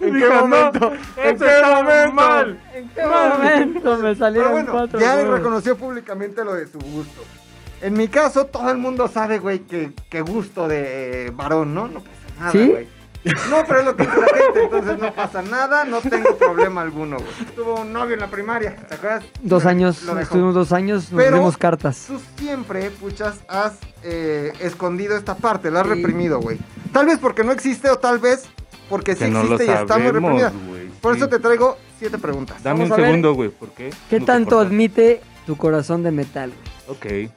S3: ¿en
S9: Dijo,
S3: qué
S9: "No,
S3: momento? ¿En
S9: esto
S3: qué
S9: está
S3: momento?
S9: mal".
S1: ¿En qué este momento me
S7: Pero
S1: salieron
S7: bueno,
S1: cuatro?
S7: ya él
S1: huevos?
S7: reconoció públicamente lo de su gusto. En mi caso, todo el mundo sabe, güey, que, que gusto de eh, varón, ¿no? No pasa nada,
S1: ¿Sí?
S7: güey. No, pero es lo que dice la gente, entonces no pasa nada, no tengo problema alguno, güey. Tuvo un novio en la primaria, ¿te acuerdas?
S1: Dos años,
S7: Lo dejó.
S1: estuvimos dos años, nos
S7: Pero-
S1: dimos cartas.
S7: Tú siempre, puchas, has eh, escondido esta parte, la has reprimido, güey. Tal vez porque no existe o tal vez porque sí
S9: Que no lo
S7: existe y está muy
S9: sabemos,
S7: reprimida.
S9: güey,
S7: Por
S9: sí.
S7: eso te traigo siete preguntas.
S9: Dame
S1: Vamos
S9: un
S1: a ver.
S9: segundo, güey, ¿por qué?
S1: ¿Qué
S9: No te
S1: tanto
S9: cortas.
S1: admite tu corazón de metal? güey?
S6: Ok.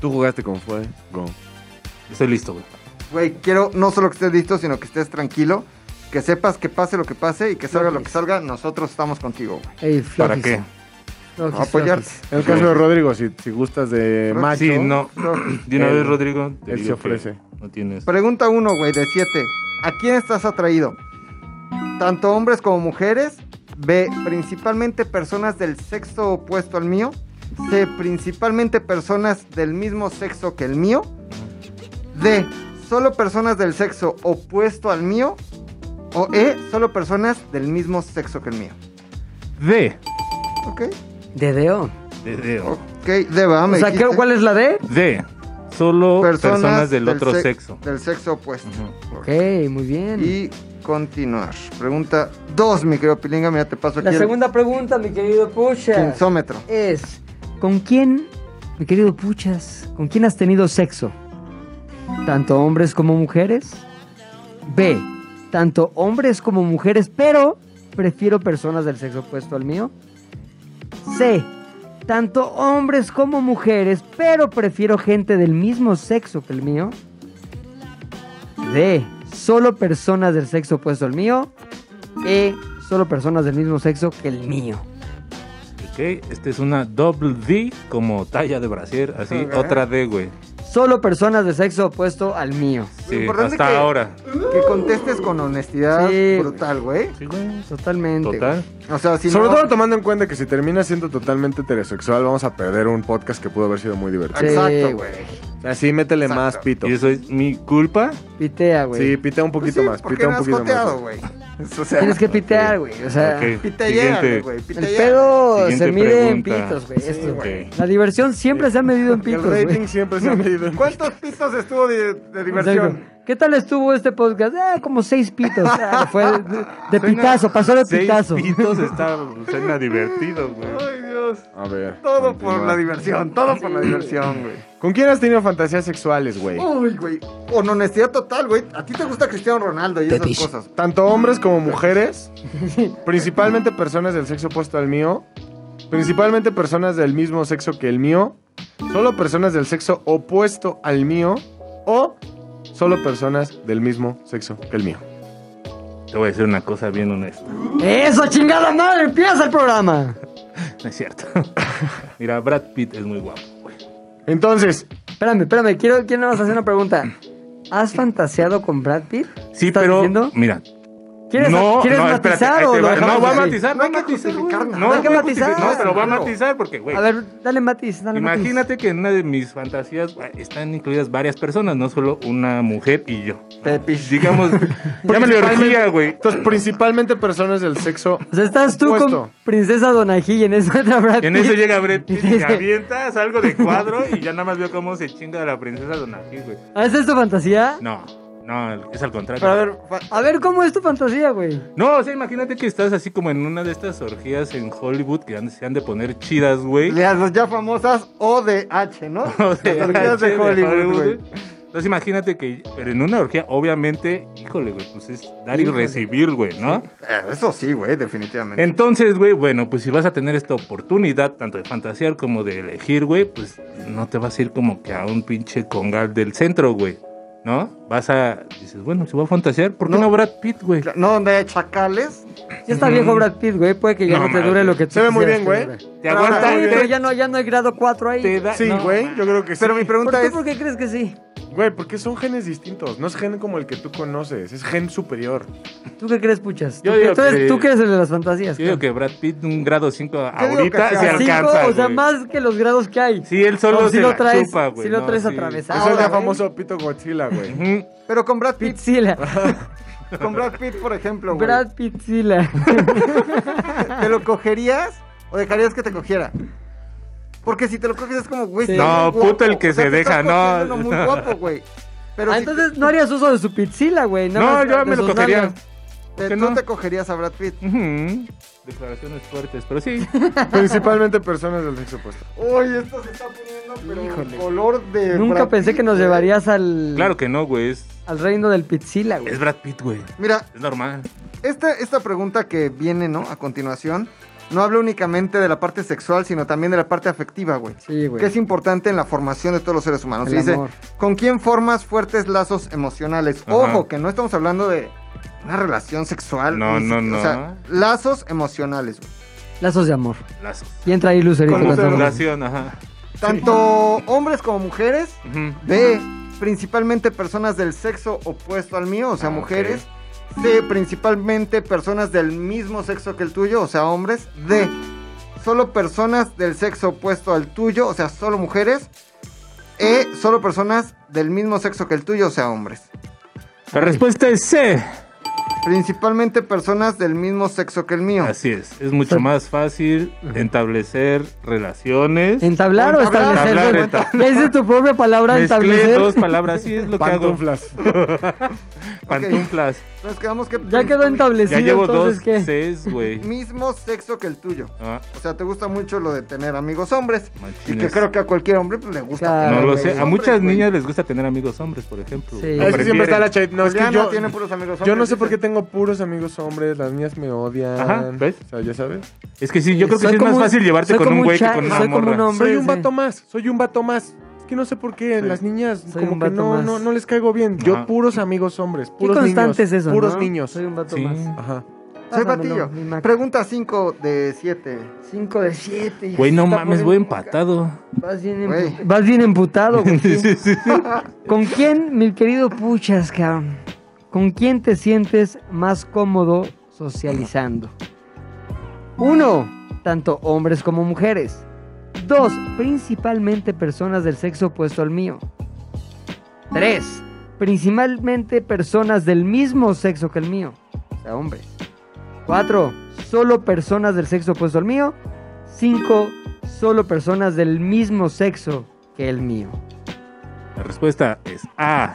S6: Tú jugaste con fue. Go. Estoy listo, güey.
S7: Güey, quiero no solo que estés listo, sino que estés tranquilo. Que sepas que pase lo que pase y que salga lo que salga, nosotros estamos contigo, güey.
S10: Ey,
S6: ¿Para
S10: flojis.
S6: qué?
S10: Flojis,
S7: Apoyarte.
S10: flojis.
S3: En el caso de Rodrigo, si, si gustas de macho.
S6: Sí, no.
S9: pues.
S6: De una
S3: él-
S6: vez, Rodrigo. te
S3: él se
S6: digo que
S3: ofrece.
S6: No tienes.
S7: Pregunta uno, güey, de siete. ¿A quién estás atraído? Tanto hombres como mujeres. B. Principalmente personas del sexo opuesto al mío. C. Principalmente personas del mismo sexo que el mío. D. Solo personas del sexo opuesto al mío. O E. Solo personas del mismo sexo que el mío.
S6: D.
S7: Ok.
S1: Dedeo.
S6: De dedo.
S7: Ok, D, va,
S1: O
S7: me
S1: sea, ¿qué-
S7: dijiste.
S1: ¿cuál es la D?
S6: D. Solo personas, del, otro
S7: sex-
S6: sexo.
S7: Del sexo opuesto.
S1: Ok, muy bien.
S7: Y continuar. Pregunta 2, mi querido Pilinga. Mira, te paso aquí
S1: La
S7: el
S1: segunda pregunta, mi querido Puchas,
S7: quinzómetro.
S1: es, ¿con quién, mi querido Puchas, con quién has tenido sexo? ¿Tanto hombres como mujeres? B, tanto hombres como mujeres, pero prefiero personas del sexo opuesto al mío. C, tanto hombres como mujeres, pero prefiero gente del mismo sexo que el mío. D, solo personas del sexo opuesto al mío. E, solo personas del mismo sexo que el mío.
S6: Ok. Esta es una double D como talla de brasier. Así, otra D, güey.
S1: Solo personas de sexo opuesto al mío.
S6: Sí,
S7: importante
S6: hasta
S7: que-
S6: ahora.
S7: Que contestes con honestidad
S1: Sí,
S7: brutal, güey.
S6: Sí, güey.
S1: Totalmente.
S6: Total.
S7: O sea, si
S3: Sobre
S7: no...
S3: todo tomando en cuenta que si termina siendo totalmente heterosexual, vamos a perder un podcast que pudo haber sido muy divertido.
S1: Sí,
S7: Exacto,
S1: güey.
S7: güey.
S3: Así métele más pito.
S6: ¿Y eso es mi culpa?
S1: Pitea, güey.
S3: Sí, pita un poquito
S7: Sí,
S3: más,
S7: porque
S3: pita un
S7: no has
S3: poquito
S7: joteado,
S3: más.
S7: güey.
S3: O sea,
S1: Tienes que pitear, güey. O sea,
S6: Ok.
S7: Pita
S6: Siguiente.
S7: y llégale, güey. Pita
S1: el
S7: y
S1: pedo
S6: Siguiente
S1: se mide en
S6: pregunta.
S1: pitos, güey. Esto,
S6: Sí,
S1: güey.
S6: güey.
S1: La diversión siempre se ha medido en pitos,
S3: el
S1: güey.
S3: rating siempre se ha medido. en-
S7: ¿Cuántos pitos estuvo de, de diversión?
S1: Exacto. ¿Qué tal estuvo este podcast? Ah, como seis pitos. Ah, fue de, de pitazo, pasó de
S6: Seis
S1: pitazo.
S6: pitos está, suena divertido, güey.
S7: Ay, Dios.
S3: A ver.
S7: Todo
S3: continúa.
S7: por la diversión, todo por la diversión, güey.
S3: ¿Con quién has tenido fantasías sexuales, güey?
S7: Uy, güey. Con honestidad total, güey. A ti te gusta Cristiano Ronaldo y esas cosas.
S3: Tanto hombres como mujeres, principalmente personas del sexo opuesto al mío, principalmente personas del mismo sexo que el mío, solo personas del sexo opuesto al mío o solo personas del mismo sexo que el mío.
S6: Te voy a decir una cosa bien honesta.
S1: Eso, chingada madre, empieza el programa.
S6: No es cierto. Mira, Brad Pitt es muy guapo, güey.
S3: Entonces,
S1: Espérame, espérame, quiero, quiero nada más hacer una pregunta. ¿Has fantaseado con Brad Pitt?
S6: Sí,
S1: ¿Estás
S6: pero.
S1: diciendo?
S6: Mira.
S1: ¿Quieres,
S6: no,
S1: ¿quieres
S6: no, espérate,
S1: matizar
S6: ahí
S1: o
S6: te
S1: lo
S6: va.
S1: dejamos
S6: No, va a
S1: así?
S6: matizar,
S7: No
S6: va a
S7: hay que
S6: matizar. güey.
S7: justificar nada.
S6: No,
S1: Hay que
S6: voy a
S1: matizar,
S6: justificar, No, pero va a
S1: claro.
S6: matizar porque, güey.
S1: A ver, dale matiz, dale matiz.
S6: Imagínate que en una de mis fantasías güey, están incluidas varias personas, no solo una mujer y yo.
S7: Pepis.
S6: Digamos, llámale orgía, güey.
S3: entonces principalmente personas del sexo
S1: O sea, estás tú
S3: opuesto.
S1: con Princesa Donají y en eso entra Brad Pitt.
S6: En eso llega Brad Pitt y
S1: Dice-
S6: avienta, salgo de cuadro y ya nada más veo cómo se chinga la princesa Donají, güey.
S1: ¿Ah, ¿Esa es tu fantasía?
S6: No, no, es al contrario.
S7: Pero a ver, fa-
S1: A ver, ¿cómo es tu fantasía, güey?
S6: No, o sea, imagínate que estás así como en una de estas orgías en Hollywood que han- se han de poner chidas, güey.
S7: de las ya famosas O de H, ¿no?
S6: O sea,
S7: Las orgías
S6: che,
S7: de Hollywood, güey.
S6: Entonces imagínate que, pero en una orgía, obviamente, híjole, güey, pues es dar y recibir, güey, ¿no?
S7: Eh, Eso sí, güey, definitivamente.
S6: Entonces, güey, bueno, pues si vas a tener esta oportunidad, tanto de fantasear como de elegir, güey, pues no te vas a ir como que a un pinche congal del centro, güey, ¿no? Vas a, dices, bueno, si voy a fantasear, ¿por qué no, Brad Pitt, güey?
S7: No, donde hay chacales.
S1: Ya está viejo Brad Pitt, güey. Puede que ya
S6: Mm. No,
S1: no, te dure
S6: madre.
S1: lo que tú
S3: Se ve muy bien,
S1: quisieras
S3: güey.
S1: que dure.
S6: Te aguanta,
S1: Sí,
S6: güey.
S1: pero ya no, ya no hay grado 4 ahí.
S6: Te da-
S3: Sí,
S6: no,
S3: güey, yo creo que sí.
S7: Pero mi
S1: ¿Por,
S7: pregunta
S1: tú
S7: es,
S1: por qué crees que sí?
S3: Güey, porque son genes distintos, no es gen como el que tú conoces, es gen superior.
S1: ¿Tú qué crees, puchas? ¿Tú,
S6: Yo
S1: qué-
S6: digo
S1: tú eres,
S6: que-
S1: tú que eres el de las fantasías.
S6: Yo
S1: claro.
S6: digo que Brad Pitt un grado 5
S7: digo
S6: ahorita
S7: que
S6: se
S7: sea
S1: Cinco,
S6: alcanza.
S1: o sea,
S6: güey.
S1: más que los grados que hay.
S6: Sí, él solo
S1: No, sí
S6: se
S1: lo
S6: la
S1: traes-
S6: chupa, güey. Pues
S1: sí lo traes
S6: atravesado.
S1: atravesado.
S3: Eso es
S1: Ahora,
S3: el
S1: güey.
S3: famoso pito Godzilla, güey.
S7: pero con Brad Pitt,
S1: Pitzila.
S6: Ah,
S7: con Brad Pitt, por ejemplo, güey,
S1: Brad Pitzila.
S7: ¿te lo cogerías o dejarías que te cogiera? Porque si te lo coges es como, güey,
S1: Sí.
S7: está
S6: No,
S7: muy guapo.
S6: puto el que
S7: O sea,
S6: se
S7: te
S6: deja,
S7: estás
S6: no.
S7: cogiendo uno muy guapo, güey. Pero
S1: Ah,
S7: si
S1: entonces no harías uso de su pizzila, güey. nada
S6: No,
S1: más
S6: yo
S1: de
S6: me lo
S1: sus
S6: cogería.
S1: nalgas.
S7: te-
S6: que
S7: tú
S6: no.
S7: te cogerías a Brad Pitt.
S6: Ujú. Declaraciones fuertes, pero sí.
S3: Principalmente personas del sexo opuesto.
S7: Uy, esto se está poniendo, pero
S1: Híjole.
S7: color de
S1: Nunca
S7: Brad
S1: pensé
S7: Pitt,
S1: que nos
S7: güey.
S1: llevarías al,
S6: Claro que no, güey. Es,
S1: al reino del pizzila, güey.
S6: es Brad Pitt, güey.
S7: Mira,
S6: Es normal.
S7: Esta, esta pregunta que viene, ¿no? A continuación, no habla únicamente de la parte sexual, sino también de la parte afectiva, güey.
S2: Sí, güey.
S7: Que es importante en la formación de todos los seres humanos.
S2: El
S7: Y dice,
S2: amor.
S7: ¿con quién formas fuertes lazos emocionales?
S6: Ajá.
S7: Ojo, que no estamos hablando de una relación sexual.
S6: No,
S7: ni
S6: no,
S7: siquiera- O sea, lazos emocionales, güey.
S1: Lazos de amor.
S6: Lazos.
S1: Y entra ahí Lucerito.
S6: Con
S1: cantando.
S6: relación, ajá.
S7: Tanto hombres como mujeres
S6: Ujú.
S7: B, principalmente personas del sexo opuesto al mío, o sea,
S6: Ah, ok.
S7: mujeres. C, principalmente personas del mismo sexo que el tuyo, o sea, hombres. D, solo personas del sexo opuesto al tuyo, o sea, solo mujeres. E, solo personas del mismo sexo que el tuyo, o sea, hombres.
S6: La respuesta es C.
S7: Principalmente personas del mismo sexo que el mío.
S6: Así es. Es mucho más fácil establecer relaciones.
S1: Entablar o
S7: Entablar,
S1: establecer.
S6: entablar,
S1: güey?
S6: entablar.
S1: Ya hice tu propia palabra
S6: Mezclé
S1: establecer.
S6: dos palabras, sí es lo que hago.
S3: Pantuflas.
S6: Pantuflas.
S7: Entonces quedamos que...
S1: Ya quedó establecido.
S6: Ya llevo dos
S1: entonces, ¿qué?
S6: Cs, güey.
S7: Mismo sexo que el tuyo.
S6: Ah,
S7: O sea, te gusta mucho lo de tener amigos hombres. Y que
S6: machines.
S7: creo que a cualquier hombre pues, le gusta.
S1: Claro,
S6: No
S7: tener
S6: lo
S7: amigos
S6: sé. A
S7: hombres,
S6: muchas
S7: güey. Ah,
S6: niñas les gusta tener amigos hombres, por ejemplo.
S1: Ah, Sí.
S6: Lo
S3: Es que siempre
S6: prefieren.
S3: está la chat. No, es que
S7: Juliana
S3: yo,
S7: Pues tiene puros amigos
S3: yo no
S7: hombres,
S3: sé por qué
S7: dice.
S3: tengo puros amigos hombres. Las niñas me odian.
S6: Ajá, ¿ves?
S3: O sea, ya sabes.
S6: Es que sí, yo creo que
S1: Soy
S6: sí es
S1: como
S6: más
S1: un-
S6: fácil llevarte
S1: soy
S6: con
S1: como
S6: un
S1: un
S6: güey que
S1: cha-
S6: con una
S1: soy como un
S6: morra.
S1: hombre.
S3: soy un
S1: sí.
S3: vato más. Soy un vato más. Es que no sé por qué en
S7: Sí.
S3: las niñas
S1: Soy un
S3: como que
S1: vato
S3: no,
S1: más.
S3: no, no les caigo bien. Yo
S6: Ajá.
S3: puros amigos hombres.
S1: Qué
S3: Puros
S1: constante
S3: niños.
S1: es eso,
S3: puros
S1: ¿no?
S3: niños.
S1: Soy un vato
S6: Sí.
S1: más.
S3: Ajá.
S7: Soy
S1: Pásamelo,
S7: Batillo.
S1: mi Mac.
S7: Pregunta 5 de 7.
S1: 5 de 7.
S6: Güey, no mames, voy empatado.
S1: Vas bien,
S7: Güey.
S1: empu- vas bien emputado. güey.
S6: Sí, sí, sí.
S1: ¿Con quién, mi querido Puchas, cabrón? ¿Con quién te sientes más cómodo socializando? Uno, tanto hombres como mujeres. Dos, principalmente personas del sexo opuesto al mío. Tres, principalmente personas del mismo sexo que el mío, o sea, hombres. Cuatro, solo personas del sexo opuesto al mío. Cinco, solo personas del mismo sexo que el mío.
S6: La respuesta es A.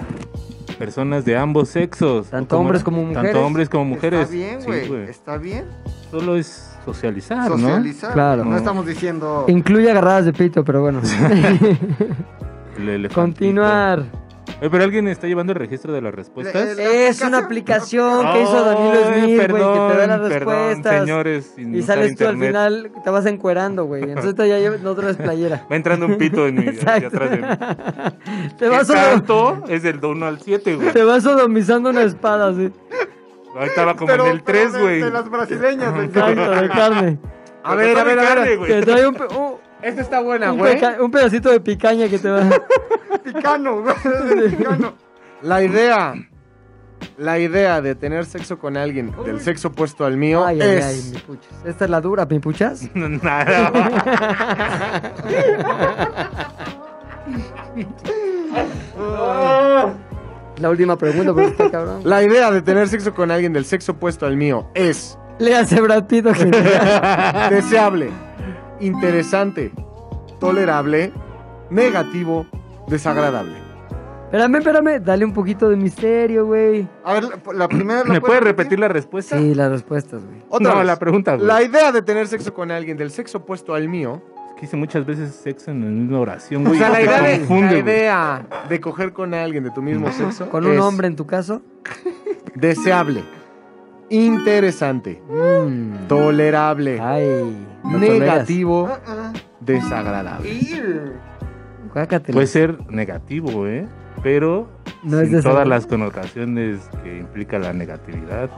S6: Personas de ambos sexos.
S1: Tanto
S6: ¿O cómo
S1: hombres
S6: era?
S1: como mujeres.
S6: Tanto hombres como mujeres.
S7: Está bien,
S6: Sí,
S7: güey. Está bien.
S6: Solo es socializar,
S7: Socializar.
S1: Ah, Claro.
S7: No
S6: No.
S7: estamos diciendo.
S1: Incluye agarradas de pito, pero bueno.
S6: ¿no? El elefantito.
S1: Continuar.
S6: Oye, pero alguien está llevando el registro de las respuestas.
S7: El-
S1: Es una aplicación que hizo Danilo
S6: Ay,
S1: Smith, güey, que te da
S6: perdón,
S1: las
S6: perdón,
S1: respuestas.
S6: señores, sin
S1: y
S6: usar
S1: sales tú al
S6: internet.
S1: final, te vas encuerando, güey. Entonces te ya llevas, no traes playera.
S6: Va entrando un pito en mi, hacia
S1: Exacto.
S6: atrás de mí.
S1: Te vas,
S6: El
S1: odom-
S6: canto es del 1 al 7, güey.
S1: te vas sodomizando una espada, sí.
S6: Ahí estaba como
S7: Pero-
S6: en el
S7: pero
S6: 3,
S7: de-
S6: güey.
S7: De las brasileñas, güey.
S1: Exacto, de carne.
S3: A ver, a ver, a ver.
S1: Te trae un, pe- un-
S3: Esta está buena,
S1: un
S3: güey.
S1: peca- un pedacito de picaña que te va.
S7: Picano, güey. de Picano.
S3: La idea. La idea de tener sexo con alguien del sexo opuesto al mío
S1: Ay, ay,
S3: es.
S1: ay, mi puchas. Esta es la dura, mi puchas.
S6: Nada.
S1: La última pregunta, porque está cabrón.
S3: La idea de tener sexo con alguien del sexo opuesto al mío es
S1: Le hace Brad Pitt, ok.
S3: deseable, interesante, tolerable, negativo, desagradable.
S1: Espérame, espérame, dale un poquito de misterio, güey.
S7: A ver, la, la primera. ¿la
S6: ¿Me puedes
S7: puedes
S6: repetir la respuesta?
S1: Sí, las respuestas, güey.
S3: Otra
S6: no,
S3: vez.
S6: la pregunta, güey.
S3: La idea de tener sexo con alguien del sexo opuesto al mío.
S6: Es que hice muchas veces sexo en la misma oración,
S3: O
S6: güey.
S3: sea, la
S6: y te
S3: idea, de,
S6: confunde,
S3: la
S6: güey.
S3: idea de coger con alguien de tu mismo sexo.
S1: Con un
S3: es
S1: hombre en tu caso.
S3: Deseable, interesante, tolerable,
S1: Mm. Ay. no
S3: negativo,
S7: Ah, ah.
S3: desagradable.
S7: Y-
S1: toleras. Guácatela.
S6: Puede ser negativo, ¿eh? Pero
S1: No es
S6: Pues, sin
S1: de
S6: todas
S1: saber.
S6: las connotaciones que implica la negatividad.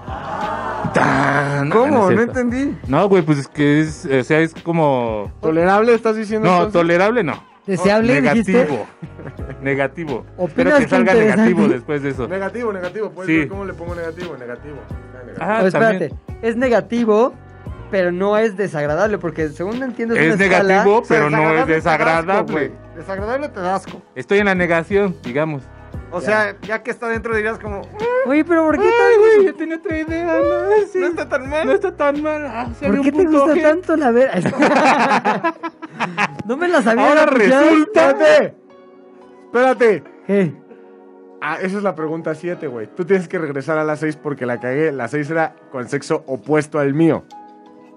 S6: ¡Tan!
S7: ¿Cómo?
S6: es
S7: No
S6: cierto.
S7: entendí.
S6: No, güey, pues es que es, o sea, es como...
S3: ¿Tolerable estás diciendo?
S6: No,
S3: entonces?
S6: tolerable no.
S1: Deseable, dijiste.
S6: Oh, negativo. negativo. Pero
S1: Opinas
S6: que
S1: que
S6: salga
S1: interesante.
S6: negativo después de eso.
S3: Negativo, negativo. Puedes
S6: Sí.
S3: ver cómo le pongo negativo, negativo. Ah, negativo.
S6: Ah,
S1: No, espérate.
S6: también.
S1: Es negativo, pero no es desagradable, porque según entiendo es,
S6: Es
S1: una escala-
S6: negativo,
S7: O sea,
S6: pero no es
S7: desagradable te da asco,
S6: desagradable.
S7: güey. Desagradable te da asco.
S6: Estoy en la negación, digamos.
S7: O sea, ya que está dentro dirías como.
S1: Oye, pero ¿por qué tan-
S6: yo tenía otra idea. No, está tan mal. No está tan mal. Ah,
S1: ¿Por qué te gusta
S7: ¿eh?
S6: ¿eh?
S1: tanto la ver? no me la sabía.
S6: Ahora
S1: la puchas.
S6: resulta.
S3: pues Espérate. Espérate.
S1: ¿Qué?
S3: Ah, esa es la pregunta 7, güey. Tú tienes que regresar a la 6 porque la cagué. La 6 era con sexo opuesto al mío.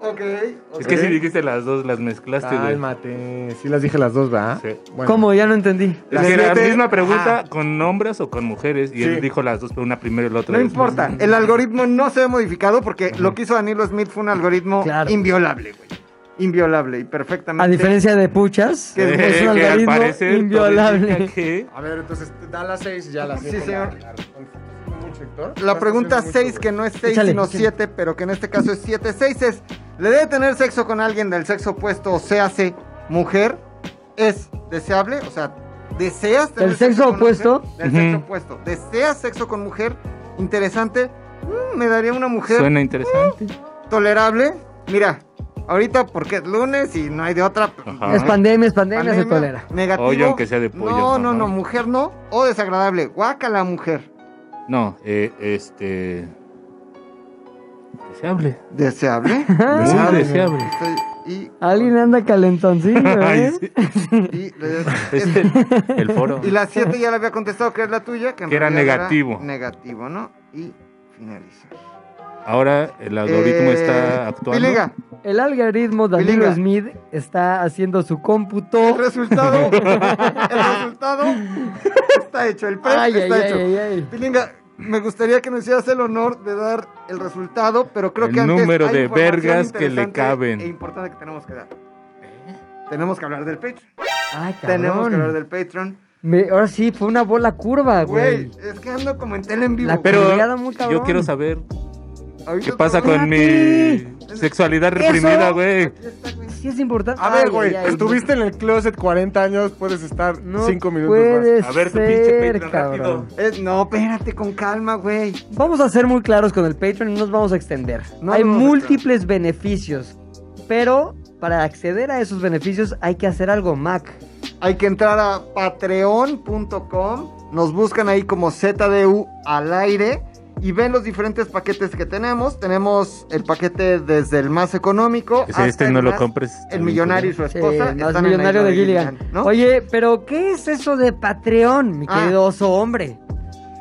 S7: Ok.
S6: Es
S7: ok.
S6: que si dijiste las dos, las mezclaste, güey.
S3: Cálmate. Sí las dije las dos, ¿verdad?
S6: Sí.
S3: Bueno.
S1: ¿Cómo? Ya no entendí.
S6: Es
S3: La
S6: que era la
S3: siete-
S6: misma pregunta
S3: Ajá.
S6: con hombres o con mujeres. Y
S3: Sí.
S6: él dijo las dos, pero una primero y la otra.
S7: No
S6: después.
S7: importa, el algoritmo no se ha modificado porque lo que hizo Danilo Smith fue un algoritmo
S1: Claro.
S7: inviolable, güey. inviolable y perfectamente.
S1: A diferencia de puchas,
S7: Que
S1: es un
S6: que al
S1: algoritmo
S6: parecer
S1: inviolable.
S6: todo indica
S3: A ver, entonces te da las 6 y ya las
S7: Sí,
S3: siete
S7: señor.
S3: la- la- mucho, Héctor.
S7: La
S3: Estás
S7: pregunta
S3: haciendo mucho,
S7: 6,
S3: güey.
S7: que no es 6
S1: Échale,
S7: sino
S1: échale.
S7: 7, pero que en este caso es 7, 6 es, ¿le debe tener sexo con alguien del sexo opuesto o se hace mujer? ¿Es deseable? O sea, ¿deseas tener
S1: ¿Del sexo
S7: con una
S1: opuesto?
S7: mujer? Del
S6: Ujú.
S7: sexo opuesto. ¿Deseas sexo con mujer? Interesante. Mm, me daría una mujer
S6: Suena interesante.
S7: tolerable. Mira, ahorita porque es lunes y no hay de otra.
S6: Ajá.
S1: Es pandemia, es pandemia,
S7: pandemia,
S1: se tolera.
S7: Negativo.
S6: Oye, aunque sea de pollo,
S7: No, no,
S6: ajá.
S7: no, mujer no. O desagradable. Guácala, mujer.
S6: No, eh, este. Deseable.
S7: ¿Deseable?
S1: Ah,
S6: Muy deseable.
S7: Estoy- y
S1: Alguien anda calentoncillo,
S6: Ay,
S1: ¿eh?
S6: sí.
S7: Y, eh,
S6: Este, el foro.
S7: y la 7 ya la había contestado, que es la tuya. Que, en
S6: Que era
S7: realidad
S6: negativo.
S7: negativo, ¿no? Y finaliza.
S6: Ahora el algoritmo
S7: Eh,
S6: está actuando.
S7: Piliga,
S1: El algoritmo Danilo
S7: Piliga.
S1: Smith está haciendo su
S7: el
S1: cómputo.
S7: resultado. el resultado está hecho. El pre
S1: Ay, ay,
S7: está hecho.
S1: ay, ay, ay.
S7: Pilinga, me gustaría que nos hicieras el honor de dar el resultado, pero creo
S6: El
S7: que antes
S6: número
S7: hay
S6: de
S7: información
S6: vergas que le
S7: interesante
S6: caben.
S7: E importante que tenemos que dar. Tenemos que hablar del Patreon.
S1: Ay,
S7: Tenemos que hablar
S1: ¿Eh? cabrón.
S7: del Patreon.
S1: Me- ahora sí, fue una bola curva,
S7: Güey,
S1: güey.
S7: es que ando como en tele en vivo.
S1: La
S6: Pero
S1: Obligado, muy cabrón.
S6: yo quiero saber
S7: Ahorita
S6: qué
S7: te
S6: pasa
S7: voy a-
S6: con mi sexualidad reprimida, güey.
S7: Aquí está, güey.
S1: Sí es importante.
S3: A
S1: Ay,
S3: ver, güey,
S1: ay, ay.
S3: estuviste en el closet 40 años, puedes estar
S1: No
S3: 5 minutos
S1: puede
S3: más.
S1: A ver, tu pinche ser, Patreon, cabrón. rápido.
S7: Eh, no, espérate, con calma, güey.
S1: Vamos a ser muy claros con el Patreon y no nos vamos a extender.
S7: No
S1: hay
S7: nos vamos a
S1: múltiples beneficios, pero para acceder a esos beneficios hay que hacer algo, Mac.
S7: Hay que entrar a patreon.com. Nos buscan ahí como ZDU al aire. Y ven los diferentes paquetes que tenemos. Tenemos el paquete desde el más económico.
S6: Ese, este
S7: hasta el
S6: no lo
S7: más-
S6: compres.
S7: El millonario y su
S1: Sí,
S7: esposa.
S1: eh, más
S7: están en la
S1: millonario
S7: isla
S1: de Gilligan.
S7: ¿no?
S1: Oye, pero ¿qué es eso de Patreon, mi
S7: Ah.
S1: querido oso hombre?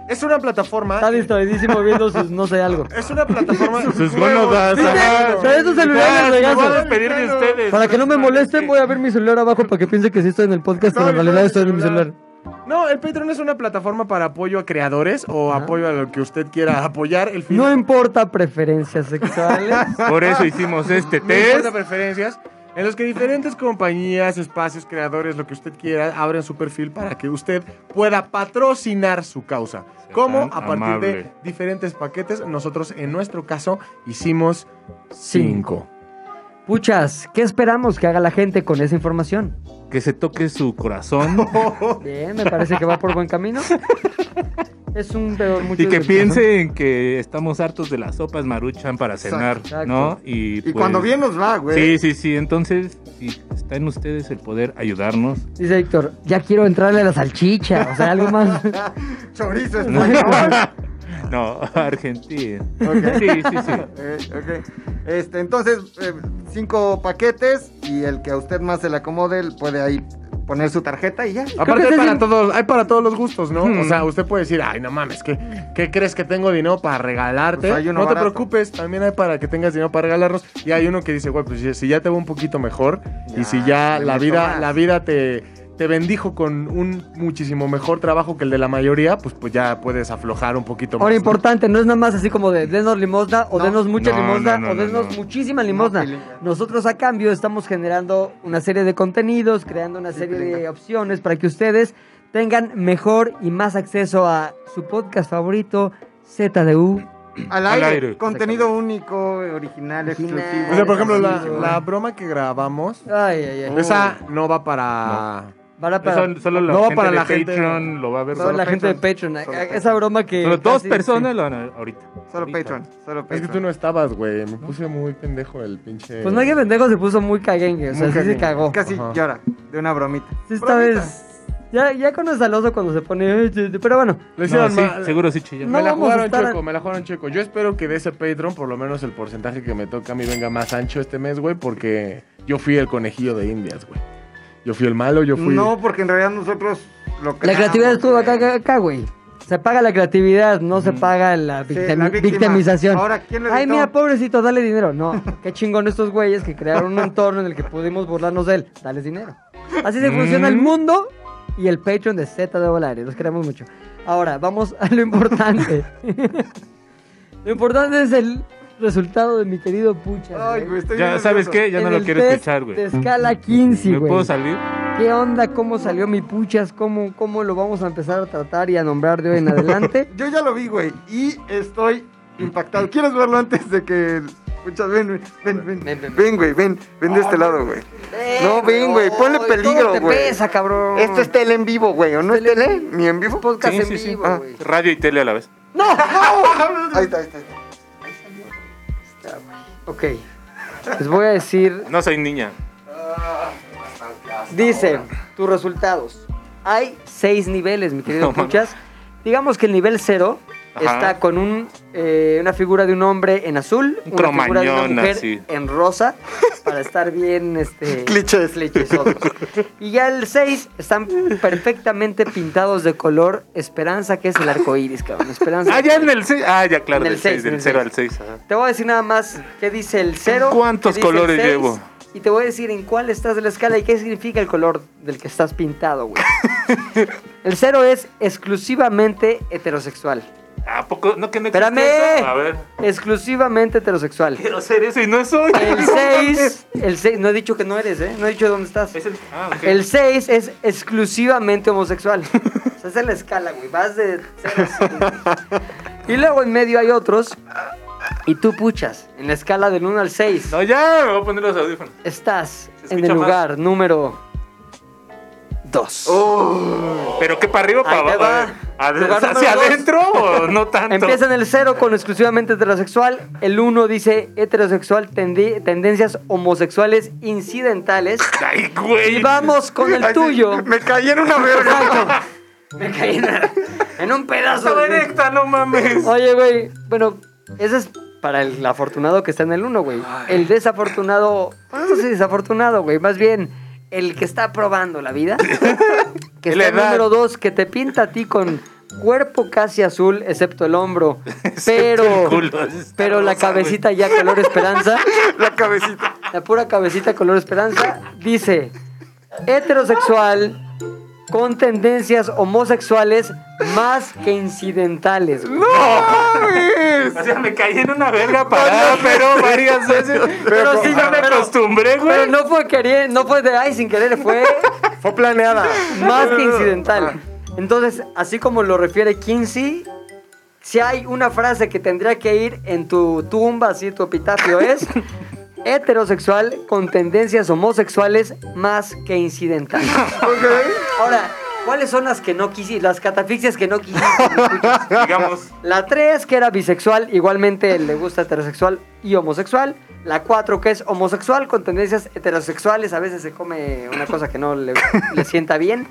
S3: Es una plataforma.
S1: Está distraídísimo viendo sus no sé algo.
S3: Es una plataforma.
S6: Sus gónadas.
S1: Dime,
S6: ajá.
S1: trae tus celulares
S6: Ah,
S1: de
S6: me
S1: gato.
S6: voy a despedir de ustedes.
S1: Para que no me molesten, voy a ver mi celular abajo para que piense que sí estoy en el podcast, pero en realidad estoy en mi celular.
S3: No, el Patreon es una plataforma para apoyo a creadores o apoyo a lo que usted quiera apoyar. El fin
S1: No importa preferencias sexuales.
S6: Por eso hicimos este
S3: no importa
S6: test.
S3: preferencias. En los que diferentes compañías, espacios, creadores, lo que usted quiera, abren su perfil para que usted pueda patrocinar su causa. Como a partir de
S6: amable.
S3: diferentes paquetes, nosotros en nuestro caso hicimos cinco.
S1: Puchas, ¿qué esperamos que haga la gente con esa información?
S6: Que se toque su corazón
S1: Bien, me parece que va por buen camino. Es un peor mucho
S6: y que
S1: de-
S6: piense en que estamos hartos de las sopas maruchan para cenar,
S1: exacto.
S6: ¿no? Y, pues,
S7: Y cuando bien nos va, güey.
S6: Sí, sí, sí. Entonces, si está en ustedes el poder ayudarnos.
S1: Dice Héctor, ya quiero entrarle a la salchicha, o sea, algo más.
S7: Chorizo español.
S6: No, Argentina. Sí, sí, sí.
S7: Eh, ok. Este, entonces, eh, cinco paquetes y el que a usted más se le acomode él puede ahí poner su tarjeta y ya.
S3: Aparte
S1: que
S3: hay
S1: ese
S3: para,
S1: sí- Hmm.
S3: todos, hay para todos los gustos, ¿no? O sea, usted puede decir, ay, no mames, ¿qué, qué crees que tengo dinero para regalarte?
S7: Pues hay uno
S3: no te
S7: barato.
S3: preocupes, también hay para que tengas dinero para regalarnos. Y hay uno que dice, güey, pues si- si ya te va un poquito mejor y si ya
S7: le
S3: la
S7: meto
S3: vida,
S7: más.
S3: la vida te, te bendijo con un muchísimo mejor trabajo que el de la mayoría, pues, pues ya puedes aflojar un poquito más.
S1: Ahora,
S3: ¿no?
S1: importante, no es nada más así como de denos limosna o
S7: No.
S1: denos mucha
S6: No,
S1: limosna
S6: no, no,
S1: o denos
S6: no, no.
S1: muchísima limosna.
S7: No, Pilinga.
S1: Nosotros a cambio estamos generando una serie de contenidos, creando una serie de opciones para que ustedes tengan mejor y más acceso a su podcast favorito, ZDU.
S7: Al
S6: Al
S7: aire.
S6: aire.
S7: Contenido único, original,
S1: Original.
S7: exclusivo.
S3: O sea, por ejemplo, la,
S7: Exclusivo.
S3: la broma que grabamos,
S1: Ay, ay, ay.
S3: esa no va para...
S1: Para, para,
S6: Eso solo la
S3: No,
S6: gente
S3: para
S6: de
S3: la gente-
S6: Patreon lo va a ver.
S1: para
S6: Solo,
S1: la gente de Patreon. A- a- Esa broma que.
S6: solo dos
S1: casi-
S6: personas lo van a ver ahorita.
S7: Solo
S6: Ahorita.
S7: Patreon. Solo
S3: Es que
S7: Patreon.
S3: tú no estabas, güey. Me puse muy pendejo el pinche...
S1: Pues no hay que pendejo, se puso muy caguengue. O sea,
S3: Muy
S1: sí se
S3: caguengue.
S1: cagó.
S7: Casi
S3: Ajá.
S7: llora de una bromita.
S1: Sí, Esta vez. Ya, ya conoces al oso cuando se pone. eh, Pero bueno,
S3: Lo hicieron
S6: No, sí,
S3: mal.
S6: seguro sí, chillón.
S1: No
S3: me la
S1: vamos a
S3: jugaron
S1: estar-
S3: checo, me la jugaron checo. Yo espero que de ese Patreon, por lo menos el porcentaje que me toca a mí venga más ancho este mes, güey, porque yo fui el conejillo de Indias, güey. Yo fui el malo, yo fui.
S7: No, porque en realidad nosotros lo
S1: la creatividad estuvo acá, acá, acá, güey. Se paga la creatividad, no se paga la, victimi- victimización.
S7: Ahora, ¿quién le
S1: Ay,
S7: gritó?
S1: mira, pobrecito, dale dinero. No, qué chingón estos güeyes que crearon un entorno en el que pudimos burlarnos de él. Dales dinero. Así se funciona el mundo y el Patreon de Z de Volario. Los queremos mucho. Ahora, vamos a lo importante. lo importante es el resultado de mi querido Pucha.
S3: Ay, güey, estoy
S6: Ya,
S3: bien
S6: ¿sabes
S3: nervioso.
S6: qué? Ya no
S1: En
S6: lo
S1: el
S6: quiero
S1: test
S6: escuchar, güey.
S1: De escala 15,
S6: ¿Me
S1: güey.
S6: puedo salir?
S1: ¿Qué onda? ¿Cómo salió mi Puchas? ¿Cómo, ¿Cómo lo vamos a empezar a tratar y a nombrar de hoy en adelante?
S7: Yo ya lo vi, güey, y estoy impactado. ¿Quieres verlo antes de que... Pucha, ven, güey, ven, ven, ven, ven, güey, ven, ven de este lado, güey. No, ven, güey, ponle
S1: Ay, todo
S7: peligro,
S1: te
S7: güey.
S1: pesa, cabrón.
S6: Este
S7: Esto es tele en vivo, güey, ¿o no es tele? ¿Ni en vivo?
S1: podcast
S6: Sí,
S1: en
S6: sí, sí.
S1: vivo,
S7: Ah.
S1: güey.
S6: Radio y tele a la vez.
S1: ¡No!
S7: Ahí está, ahí está. ahí está.
S1: ok. Les voy a decir
S6: No soy niña.
S1: Dice, tus resultados. Hay seis niveles, mi querido
S6: No, mami.
S1: Puchas. Digamos que el nivel cero
S6: Ajá.
S1: está con un, eh, una figura de un hombre en azul,
S6: Un
S1: una figura de una
S6: cromañón,
S1: mujer
S6: así.
S1: en rosa, para estar bien este,
S7: Clichés.
S1: clichesosos. Y ya el 6 están perfectamente pintados de color esperanza, que es el arco iris, cabrón. Esperanza.
S6: Ah, ya en el 6. Ah, ya, claro,
S1: En el
S6: del 6,
S1: seis, en
S6: del
S1: el
S6: 0
S1: seis.
S6: al 6. Ajá.
S1: Te voy a decir nada más qué dice el cero.
S6: ¿Cuántos
S1: qué dice el
S6: colores
S1: seis,
S6: llevo?
S1: Y te voy a decir en cuál estás de la escala y qué significa el color del que estás pintado, güey. el cero es exclusivamente heterosexual.
S6: ¿A poco? ¿No que no existe
S1: Espérame.
S6: eso? A ver.
S1: Exclusivamente heterosexual.
S6: Quiero ser eso y no soy.
S1: El 6, el 6, no he dicho que no eres, ¿eh? No he dicho dónde estás.
S6: Es el... Ah, ok.
S1: El 6 es exclusivamente homosexual. o sea, esa es la escala, güey. Vas de cero a cinco. Y luego en medio hay otros. Y tú puchas. En la escala del 1 al 6.
S6: No, ya, me voy a poner los audífonos.
S1: Estás
S6: Se
S1: en
S6: escucha
S1: el
S6: más.
S1: lugar número 2.
S6: ¿Pero qué? ¿Para arriba o para
S1: Ahí te
S6: abajo?
S1: va.
S6: Ade-
S1: Lugar número
S6: ¿Hacia
S1: dos.
S6: adentro o no tanto?
S1: Empieza en el 0 con exclusivamente heterosexual. El 1 dice heterosexual, tendi- tendencias homosexuales incidentales.
S6: Ay, güey.
S1: Y vamos con el
S7: Ay, sí,
S1: tuyo.
S7: Me caí en una verga.
S1: Me caí en, en un pedazo.
S6: Estaba
S1: güey.
S6: erecta, no mames.
S1: Oye, güey, bueno, ese es para el afortunado que está en el 1, güey. El desafortunado, bueno, no sé si desafortunado, güey, más bien el que está probando la vida. Que
S6: La
S1: está el
S6: edad.
S1: número 2, que te pinta a ti con cuerpo casi azul, excepto el hombro,
S6: Excepto
S1: pero
S6: el culo, está
S1: pero la
S6: rosa, güey.
S1: cabecita ya color esperanza,
S7: La cabecita.
S1: la pura cabecita color esperanza, dice heterosexual con tendencias homosexuales más que incidentales. güey.
S6: O sea, me caí en una verga parada, pero varias veces. Pero sí, ya me acostumbré,
S1: Pero
S6: güey.
S1: no fue querer, no fue de ay sin querer, fue
S3: Fue planeada.
S1: más que incidental. Entonces, así como lo refiere Kinsey, si hay una frase que tendría que ir en tu tumba, así tu epitafio es heterosexual con tendencias homosexuales más que incidental. Ahora, ¿cuáles son las que no quisiste? Las catafixias que no quisiste.
S6: Digamos.
S1: La 3, que era bisexual, igualmente le gusta heterosexual y homosexual. La 4, que es homosexual con tendencias heterosexuales, a veces se come una cosa que no le, le sienta bien.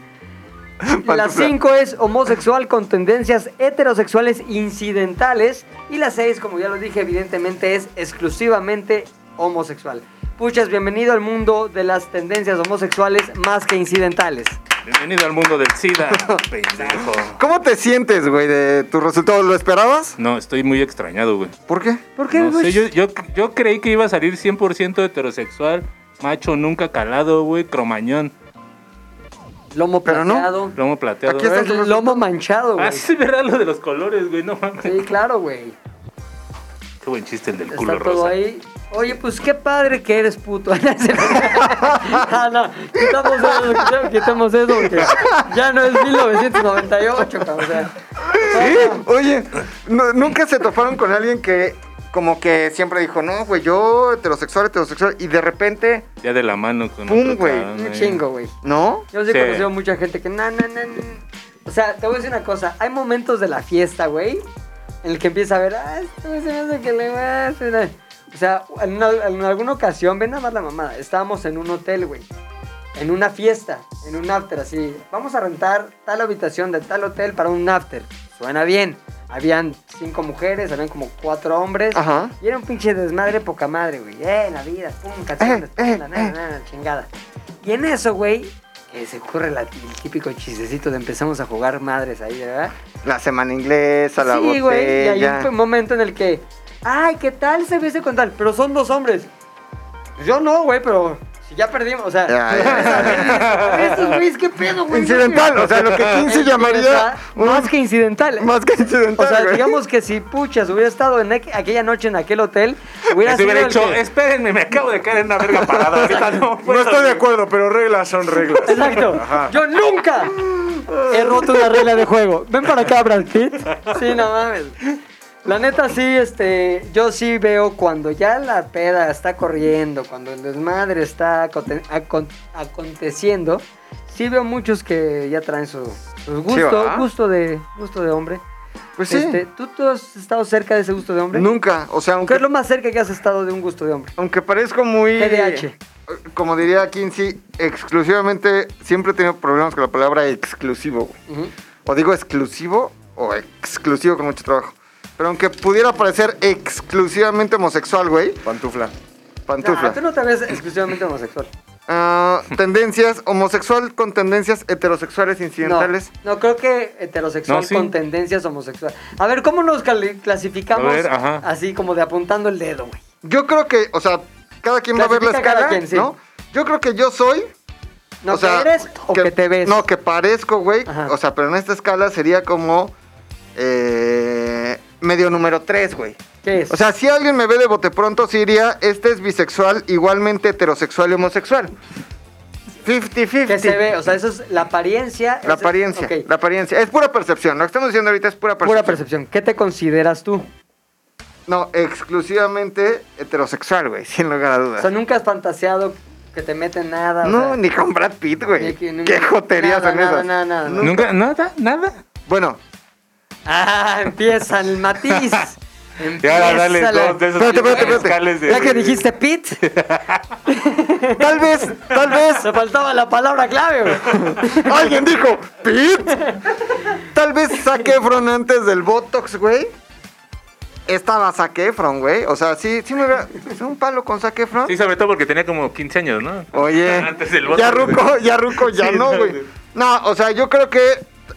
S1: La 5 es homosexual con tendencias heterosexuales incidentales. Y la 6, como ya lo dije, evidentemente es exclusivamente homosexual. Puchas, bienvenido al mundo de las tendencias homosexuales más que incidentales.
S6: Bienvenido al mundo del SIDA, pendejo.
S7: ¿Cómo te sientes, güey, de tu resultado? ¿Lo esperabas?
S6: No, estoy muy extrañado, güey.
S7: ¿Por qué?
S1: ¿Por qué,
S6: No
S1: güey?
S6: sé, yo, yo, yo creí que iba a salir 100% heterosexual, macho nunca calado, güey, cromañón,
S1: Lomo
S7: Pero no.
S1: plateado.
S6: lomo plateado.
S7: Aquí está
S1: Es el lomo manchado, güey.
S6: Ah, sí, verdad lo de los colores, güey, no mames.
S1: Sí, claro, güey.
S6: Qué buen chiste el del culo
S1: Está todo
S6: rosa.
S1: ahí. Oye, pues qué padre que eres puto. ah, no, quitamos eso, quitamos eso porque ya no es 1998, cabrón. o sea.
S7: ¿Eh? Oye, no- ¿nunca se toparon con alguien que como que siempre dijo, no, güey, yo heterosexual, heterosexual, y de repente,
S6: Ya de la mano con
S7: Pum,
S6: otro
S7: güey,
S6: cabrón,
S1: Un
S6: ahí.
S1: chingo, güey.
S7: ¿no?
S1: Yo sí,
S6: Sí.
S1: he conocido mucha gente que, na, na, na, na. O sea, te voy a decir una cosa. Hay momentos de la fiesta, güey, en el que empieza a ver, ah, este güey se me hace que le va a hacer a-". O sea, en, una- en alguna ocasión, ven nada más la mamada. Estábamos en un hotel, güey. En una fiesta, en un after, así. Vamos a rentar tal habitación de tal hotel para un after. Suena bien. Habían cinco mujeres, habían como cuatro hombres.
S7: Ajá.
S1: Y era un pinche desmadre poca madre, güey. Eh, la vida, pum, canciones,
S7: Eh, eh,
S1: pum, la nana,
S7: eh.
S1: nana, chingada. Y en eso, güey, que se ocurre la- el típico chistecito de empezamos a jugar madres ahí, ¿verdad?
S7: La semana inglesa, la
S1: sí, güey, y hay
S7: botella.
S1: un momento en el que, ay, ¿qué tal se viste con tal? Pero son dos hombres. Yo no, güey, pero Si ya perdimos, o sea. A ver, Estos güeyes, qué pedo, güey.
S7: Incidental, o sea, lo que 15 llamaría.
S1: Más que incidental.
S7: Más que
S1: O
S7: incidental.
S1: sea,
S7: güey.
S1: digamos que si Puchas hubiera estado en aqu- aquella noche en aquel hotel, hubiera
S6: Se
S1: sido
S6: hubiera
S1: el
S6: hecho,
S1: que-
S6: espérenme, me acabo de caer en una verga parada. Ahorita no.
S8: No estoy de acuerdo, pero reglas son reglas.
S1: Exacto.
S8: Ajá.
S1: Yo nunca he roto una regla de juego. Ven para acá, Brad Pitt. Sí, no mames. La neta, sí, este, yo sí veo cuando ya la peda está corriendo, cuando el desmadre está aconte- acon- aconteciendo, sí veo muchos que ya traen su, su gusto,
S7: ¿verdad?
S1: gusto de, gusto de hombre.
S7: Pues sí.
S1: Este, ¿Tú, tú has estado cerca de ese gusto de hombre?
S7: Nunca, o sea,
S1: ¿Qué
S7: aunque,
S1: es lo más cerca que has estado de un gusto de hombre?
S7: aunque parezco muy.
S1: TDAH.
S7: Como diría Kinsey, exclusivamente siempre he tenido problemas con la palabra exclusivo. güey. O digo exclusivo o exclusivo con mucho trabajo. Pero aunque pudiera parecer exclusivamente homosexual, güey,
S8: Pantufla.
S7: pantufla.
S1: Nah, Ah, tú no te ves exclusivamente homosexual.
S7: Ah, tendencias homosexual con tendencias heterosexuales incidentales.
S1: No, no, creo que heterosexual
S6: No, sí.
S1: con tendencias homosexuales. A ver, ¿cómo nos cali- clasificamos
S6: A ver, ajá.
S1: así como de apuntando el dedo, güey?
S7: Yo creo que, o sea, cada quien va a ver la
S1: Clasifica cada
S7: escala,
S1: quien, sí.
S7: ¿no? Yo creo que yo soy
S1: ¿No
S7: O sea,
S1: que eres o que, te ves?
S7: No, que parezco, güey.
S1: Ajá.
S7: O sea, pero en esta escala sería como eh, medio número 3, güey.
S1: ¿Qué es?
S7: O sea, si alguien me ve de bote pronto, sí diría, este es bisexual, igualmente heterosexual y homosexual. 50-50.
S1: ¿qué se ve? O sea, eso es la apariencia.
S7: La
S1: es-
S7: apariencia,
S1: ok,
S7: la apariencia. Es pura percepción. Lo que estamos diciendo ahorita es pura percepción.
S1: Pura percepción. ¿Qué te consideras tú?
S7: No, exclusivamente heterosexual, güey, sin lugar a
S1: O
S7: dudas.
S1: sea, nunca has fantaseado que te meten nada. o
S7: no,
S1: sea,
S7: ni con Brad Pitt,
S1: ni
S7: güey.
S1: que- ni-
S7: Qué joterías
S1: nada,
S7: son
S1: nada,
S7: esas.
S1: Nada, nada, nada.
S6: ¿Nunca? ¿Nada? ¿Nada?
S7: Bueno,
S1: Ah, empieza el matiz.
S6: Y ahora
S1: Empieza
S6: dale
S1: la-
S6: dos de esos
S7: Espérate, espérate, espérate.
S6: escales de...
S1: Ya que dijiste Pit,
S7: tal vez, tal vez
S1: se faltaba la palabra clave, güey.
S7: Alguien dijo, Pit. Tal vez Zac Efron antes del Botox, güey. Estaba Zac Efron, güey. O sea, sí, sí me hubiera... ¿sí un palo con Zac Efron?
S6: Sí, sobre todo porque tenía como 15 años, ¿no?
S7: Oye,
S6: Antes del voto.
S7: ya ruco, ya ruco, ya
S6: Sí,
S7: no,
S6: no,
S7: güey.
S6: güey.
S7: No, o sea, yo creo que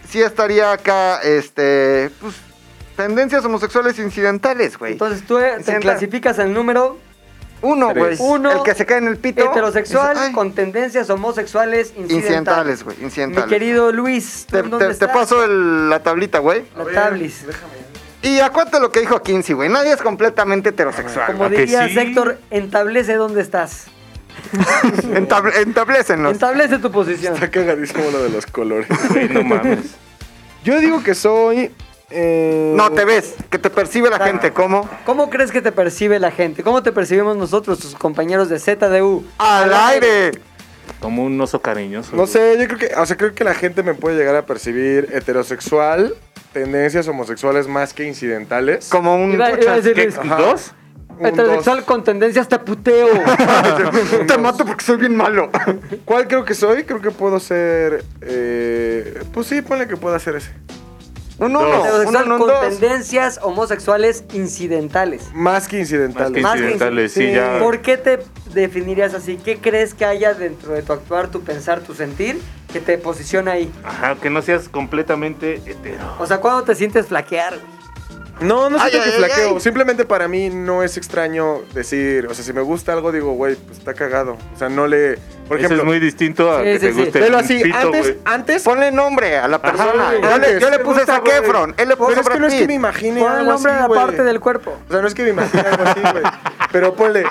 S7: sí estaría acá, este... Pues, tendencias homosexuales incidentales, güey.
S1: Entonces tú eh, te
S7: Sienta-
S1: clasificas el número
S7: Uno, güey.
S6: Tres.
S1: Uno.
S7: El que se cae en el pito.
S1: heterosexual
S7: Dice, "Ay,
S1: con tendencias homosexuales incidentales.
S7: Incidentales, güey,
S1: Mi
S7: incidentales.
S1: querido Luis, ¿tú
S7: Te,
S1: en dónde
S7: te- te
S1: estás?
S7: paso el- la tablita, güey.
S1: la tablis.
S7: Y acuérdate lo que dijo Kinsey, güey. Nadie es completamente heterosexual.
S1: Como
S6: ¿a que
S1: diría
S6: sí?
S1: Héctor, entablece dónde estás.
S7: Entable, entablécenos.
S1: Establece tu posición.
S8: Está cagadísimo lo de los colores.
S6: Güey, no mames.
S3: Yo digo que soy. eh,
S7: No, te ves, que te percibe la gente como
S1: ¿Cómo crees que te percibe la gente? ¿Cómo te percibimos nosotros, tus compañeros de ZDU?
S7: al aire.
S6: Como un oso cariñoso.
S3: No sé, yo creo que. O sea, creo que la gente me puede llegar a percibir heterosexual, tendencias homosexuales más que incidentales.
S7: Como un
S1: Iba, iba a
S7: pucha.
S1: decirles,
S3: Ajá.
S6: ¿Dos?
S3: Un
S1: heterosexual
S3: dos.
S1: con tendencias te puteo.
S7: Te mato porque soy bien malo.
S3: ¿Cuál creo que soy? Creo que puedo ser. eh, pues sí, ponle que pueda ser ese.
S7: Un uno, un
S1: heterosexual
S7: uno, un
S1: con
S7: dos.
S1: tendencias homosexuales incidentales.
S3: Más que
S6: Más que
S3: incidentales.
S1: Más que
S6: incidentales, sí,
S3: incidentales.
S6: ya.
S1: ¿Por qué te definirías así? ¿Qué crees que haya dentro de tu actuar, tu pensar, tu sentir que te posiciona ahí?
S6: Ajá, que no seas completamente hetero.
S1: O sea, ¿cuándo te sientes flaquear? güey?
S3: No, no
S7: Ay,
S3: siento que
S7: ay, ay,
S3: flaqueo.
S7: ay.
S3: Simplemente para mí no es extraño decir. O sea, si me gusta algo, digo, güey, pues está cagado. O sea, no le. Por
S6: Eso
S3: ejemplo.
S6: es muy distinto a
S1: Sí,
S6: que
S1: sí,
S6: te
S1: sí.
S6: guste
S3: Velo
S6: el
S3: así,
S6: pito,
S3: antes,
S6: güey.
S3: antes
S7: Ponle nombre a la persona.
S3: güey.
S7: yo, le, yo le
S3: Me
S7: puse
S3: gusta,
S7: Zac
S3: güey.
S7: Efron. Él le
S3: Pero
S7: puso
S3: es que no
S7: Brad
S3: es que me
S7: Pitt.
S3: imagine
S1: Pon el
S3: algo
S1: nombre
S3: así,
S1: a la
S3: güey.
S1: parte del cuerpo.
S3: O sea, no es que me imagine algo así, güey. Pero ponle,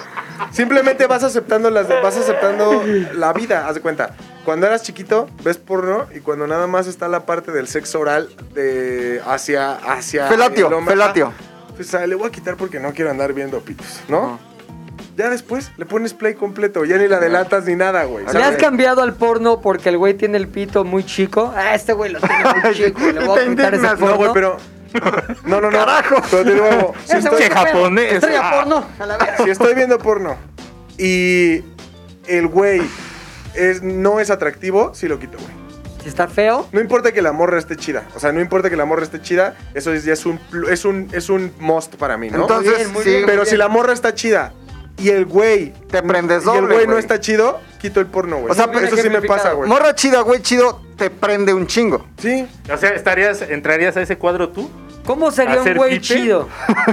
S3: simplemente vas aceptando las vas aceptando la vida, haz de cuenta. Cuando eras chiquito, ves porno y cuando nada más está la parte del sexo oral de hacia hacia
S7: Felatio,
S3: el hombre,
S7: felatio.
S3: ah, Pues ah, le voy a quitar porque no quiero andar viendo pitos, ¿no? Ya después le pones play completo, ya ni la delatas ni nada, güey.
S1: ¿Le has
S3: ¿sabes?
S1: cambiado al porno porque el güey tiene el pito muy chico? Ah, este güey lo tiene muy chico. Le voy a
S7: Te
S1: quitar ese
S7: indignas,
S1: porno.
S3: No, güey, pero no, no, no.
S7: Carajo.
S3: Pero de nuevo, si
S1: Ese
S3: estoy-
S1: güey
S6: Che,
S1: qué pedo,
S6: japonés.
S1: Estrella
S6: Ah.
S1: porno, a la vez.
S3: si estoy viendo porno y el güey es, no es atractivo, sí lo quito, güey.
S1: Si está feo,
S3: No importa que la morra esté chida. O sea, no importa que la morra esté chida, eso es, ya es un, plu- es un, es un must para mí, ¿no?
S7: Entonces,
S1: Muy bien, muy
S7: sí,
S1: bien,
S3: Pero si la morra está chida y el güey...
S7: Te prendes
S3: Y el
S7: doble,
S3: güey no
S7: güey.
S3: está chido, quito el porno, güey.
S7: O sea,
S3: eso sí me pasa, güey.
S7: morra chida, güey chido, te prende un chingo.
S3: Sí,
S6: O sea, estarías, ¿entrarías a ese cuadro tú?
S1: ¿cómo sería un
S6: ¿Hacer
S1: güey
S6: pipe?
S1: chido?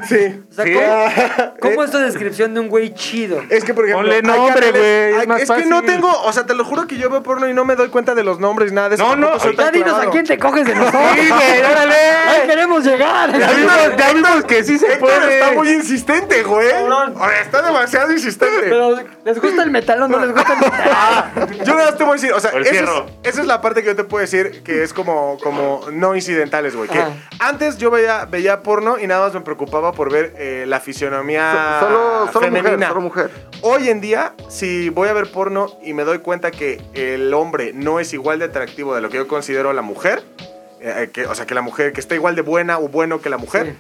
S3: sí.
S1: O sea, ¿cómo, cómo es tu descripción de un güey chido?
S8: Es que, por ejemplo,
S3: Ponle
S8: hay
S3: nombre,
S8: canales-
S3: güey, es
S8: hay-
S3: más
S8: Es que no
S3: fácil.
S8: tengo, o sea, te lo juro que yo veo porno y no me doy cuenta de los nombres, nada de eso.
S3: No, no,
S8: tampoco soy
S1: Ya
S8: tan
S1: dinos
S8: clavado.
S1: a quién te coges de nosotros.
S3: Sí, güey, órale.
S1: Ahí queremos llegar.
S3: Ya vimos, ya vimos que sí se
S8: Héctor
S3: puede.
S8: está muy insistente, güey.
S1: Cabrón.
S8: O sea, Está demasiado insistente.
S1: Pero, ¿les gusta el metal o no les gusta el metal?
S8: Yo nada más te voy a decir, o sea,
S6: O el
S8: esa es,
S6: fierro.
S8: esa es la parte que yo te puedo decir que es como, como no incidentales, güey. Que
S1: Ajá.
S8: antes yo veía, veía porno y nada más me preocupaba por ver eh, la fisionomía
S7: Solo, solo
S8: femenina.
S7: mujer, solo mujer.
S8: Hoy en día, si voy a ver porno y me doy cuenta que el hombre no es igual de atractivo de lo que yo considero la mujer, eh, que, o sea, que la mujer, que está igual de buena o bueno que la mujer,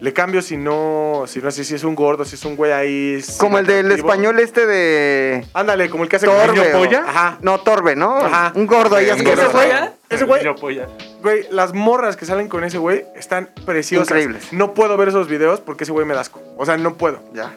S8: le cambio si no, si no sé si es un gordo, si es un güey ahí. si
S7: Como el del
S8: atractivo.
S7: español este de...
S8: Ándale, como el que hace con
S7: Torbe.
S8: niño
S7: o-
S8: polla. Ajá.
S7: No, Torbe, ¿no?
S8: Ajá.
S7: Un gordo ahí
S8: Es que ese
S7: asqueroso.
S8: güey, ese
S6: Ese
S8: güey,
S6: güey.
S8: güey, las morras que salen con ese güey están preciosas.
S7: Increíbles.
S8: No puedo ver esos videos porque ese güey me da asco. O sea, no puedo.
S7: Ya.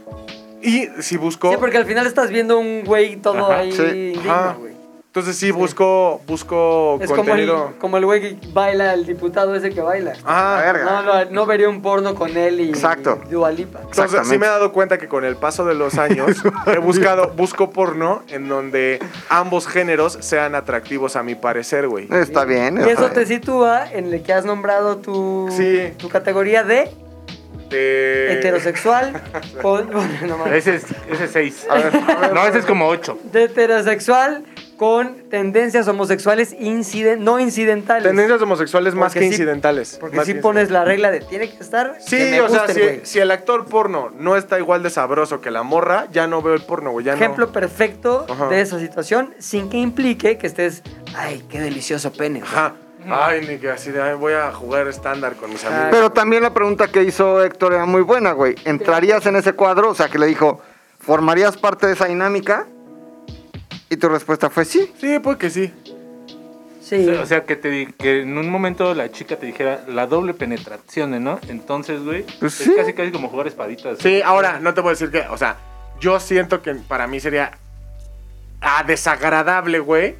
S8: Y si busco...
S1: Sí, porque al final estás viendo un güey todo
S6: Ajá,
S1: ahí
S7: sí.
S1: indigno,
S8: Ajá.
S1: güey.
S8: Entonces sí, busco, busco
S1: Es como el,
S8: contenido.
S1: como el güey que baila, el diputado ese que baila.
S8: Ah,
S7: A ver.
S1: No, no, no vería un porno con él y,
S7: Exacto.
S1: y Dua Lipa.
S8: Entonces sí
S7: Exactamente.
S8: me he dado cuenta que con el paso de los años he buscado, busco porno en donde ambos géneros sean atractivos a mi parecer, güey.
S7: Está bien.
S1: Y
S7: está
S1: eso te
S7: bien.
S1: sitúa en el que has nombrado tu,
S8: Sí.
S1: tu categoría de
S8: De-
S1: heterosexual. con, bueno, no mames.
S6: Ese es, ese es seis. no, ese es como ocho.
S1: de heterosexual con tendencias homosexuales inciden- no incidentales.
S8: Tendencias homosexuales más
S1: Porque
S8: que
S1: sí-
S8: incidentales.
S1: porque
S8: Más
S1: si
S8: que
S1: pones la regla de tiene que estar. que
S8: Sí,
S1: me
S8: o sea,
S1: gusten,
S8: si,
S1: güey.
S8: si el actor porno no está igual de sabroso que la morra, ya no veo el porno, güey. ya no.
S1: Ejemplo perfecto
S8: Ajá.
S1: de esa situación sin que implique que estés. Ay, qué delicioso pene. güey".
S7: Ah.
S8: Ajá. Ay, ni que así de, ay, voy a jugar estándar con mis amigos.
S7: Pero también la pregunta que hizo Héctor era muy buena, güey. ¿Entrarías en ese cuadro? O sea, que le dijo, ¿formarías parte de esa dinámica? Y tu respuesta fue sí.
S8: Sí, pues que sí.
S1: Sí.
S6: O sea, que, te, di- que en un momento la chica te dijera la doble penetración, ¿no? Entonces, güey,
S7: Pues
S6: es
S7: sí.
S6: casi casi como jugar espaditas.
S8: Sí, ahora, no te puedo decir que, o sea, yo siento que para mí sería ah, desagradable, güey,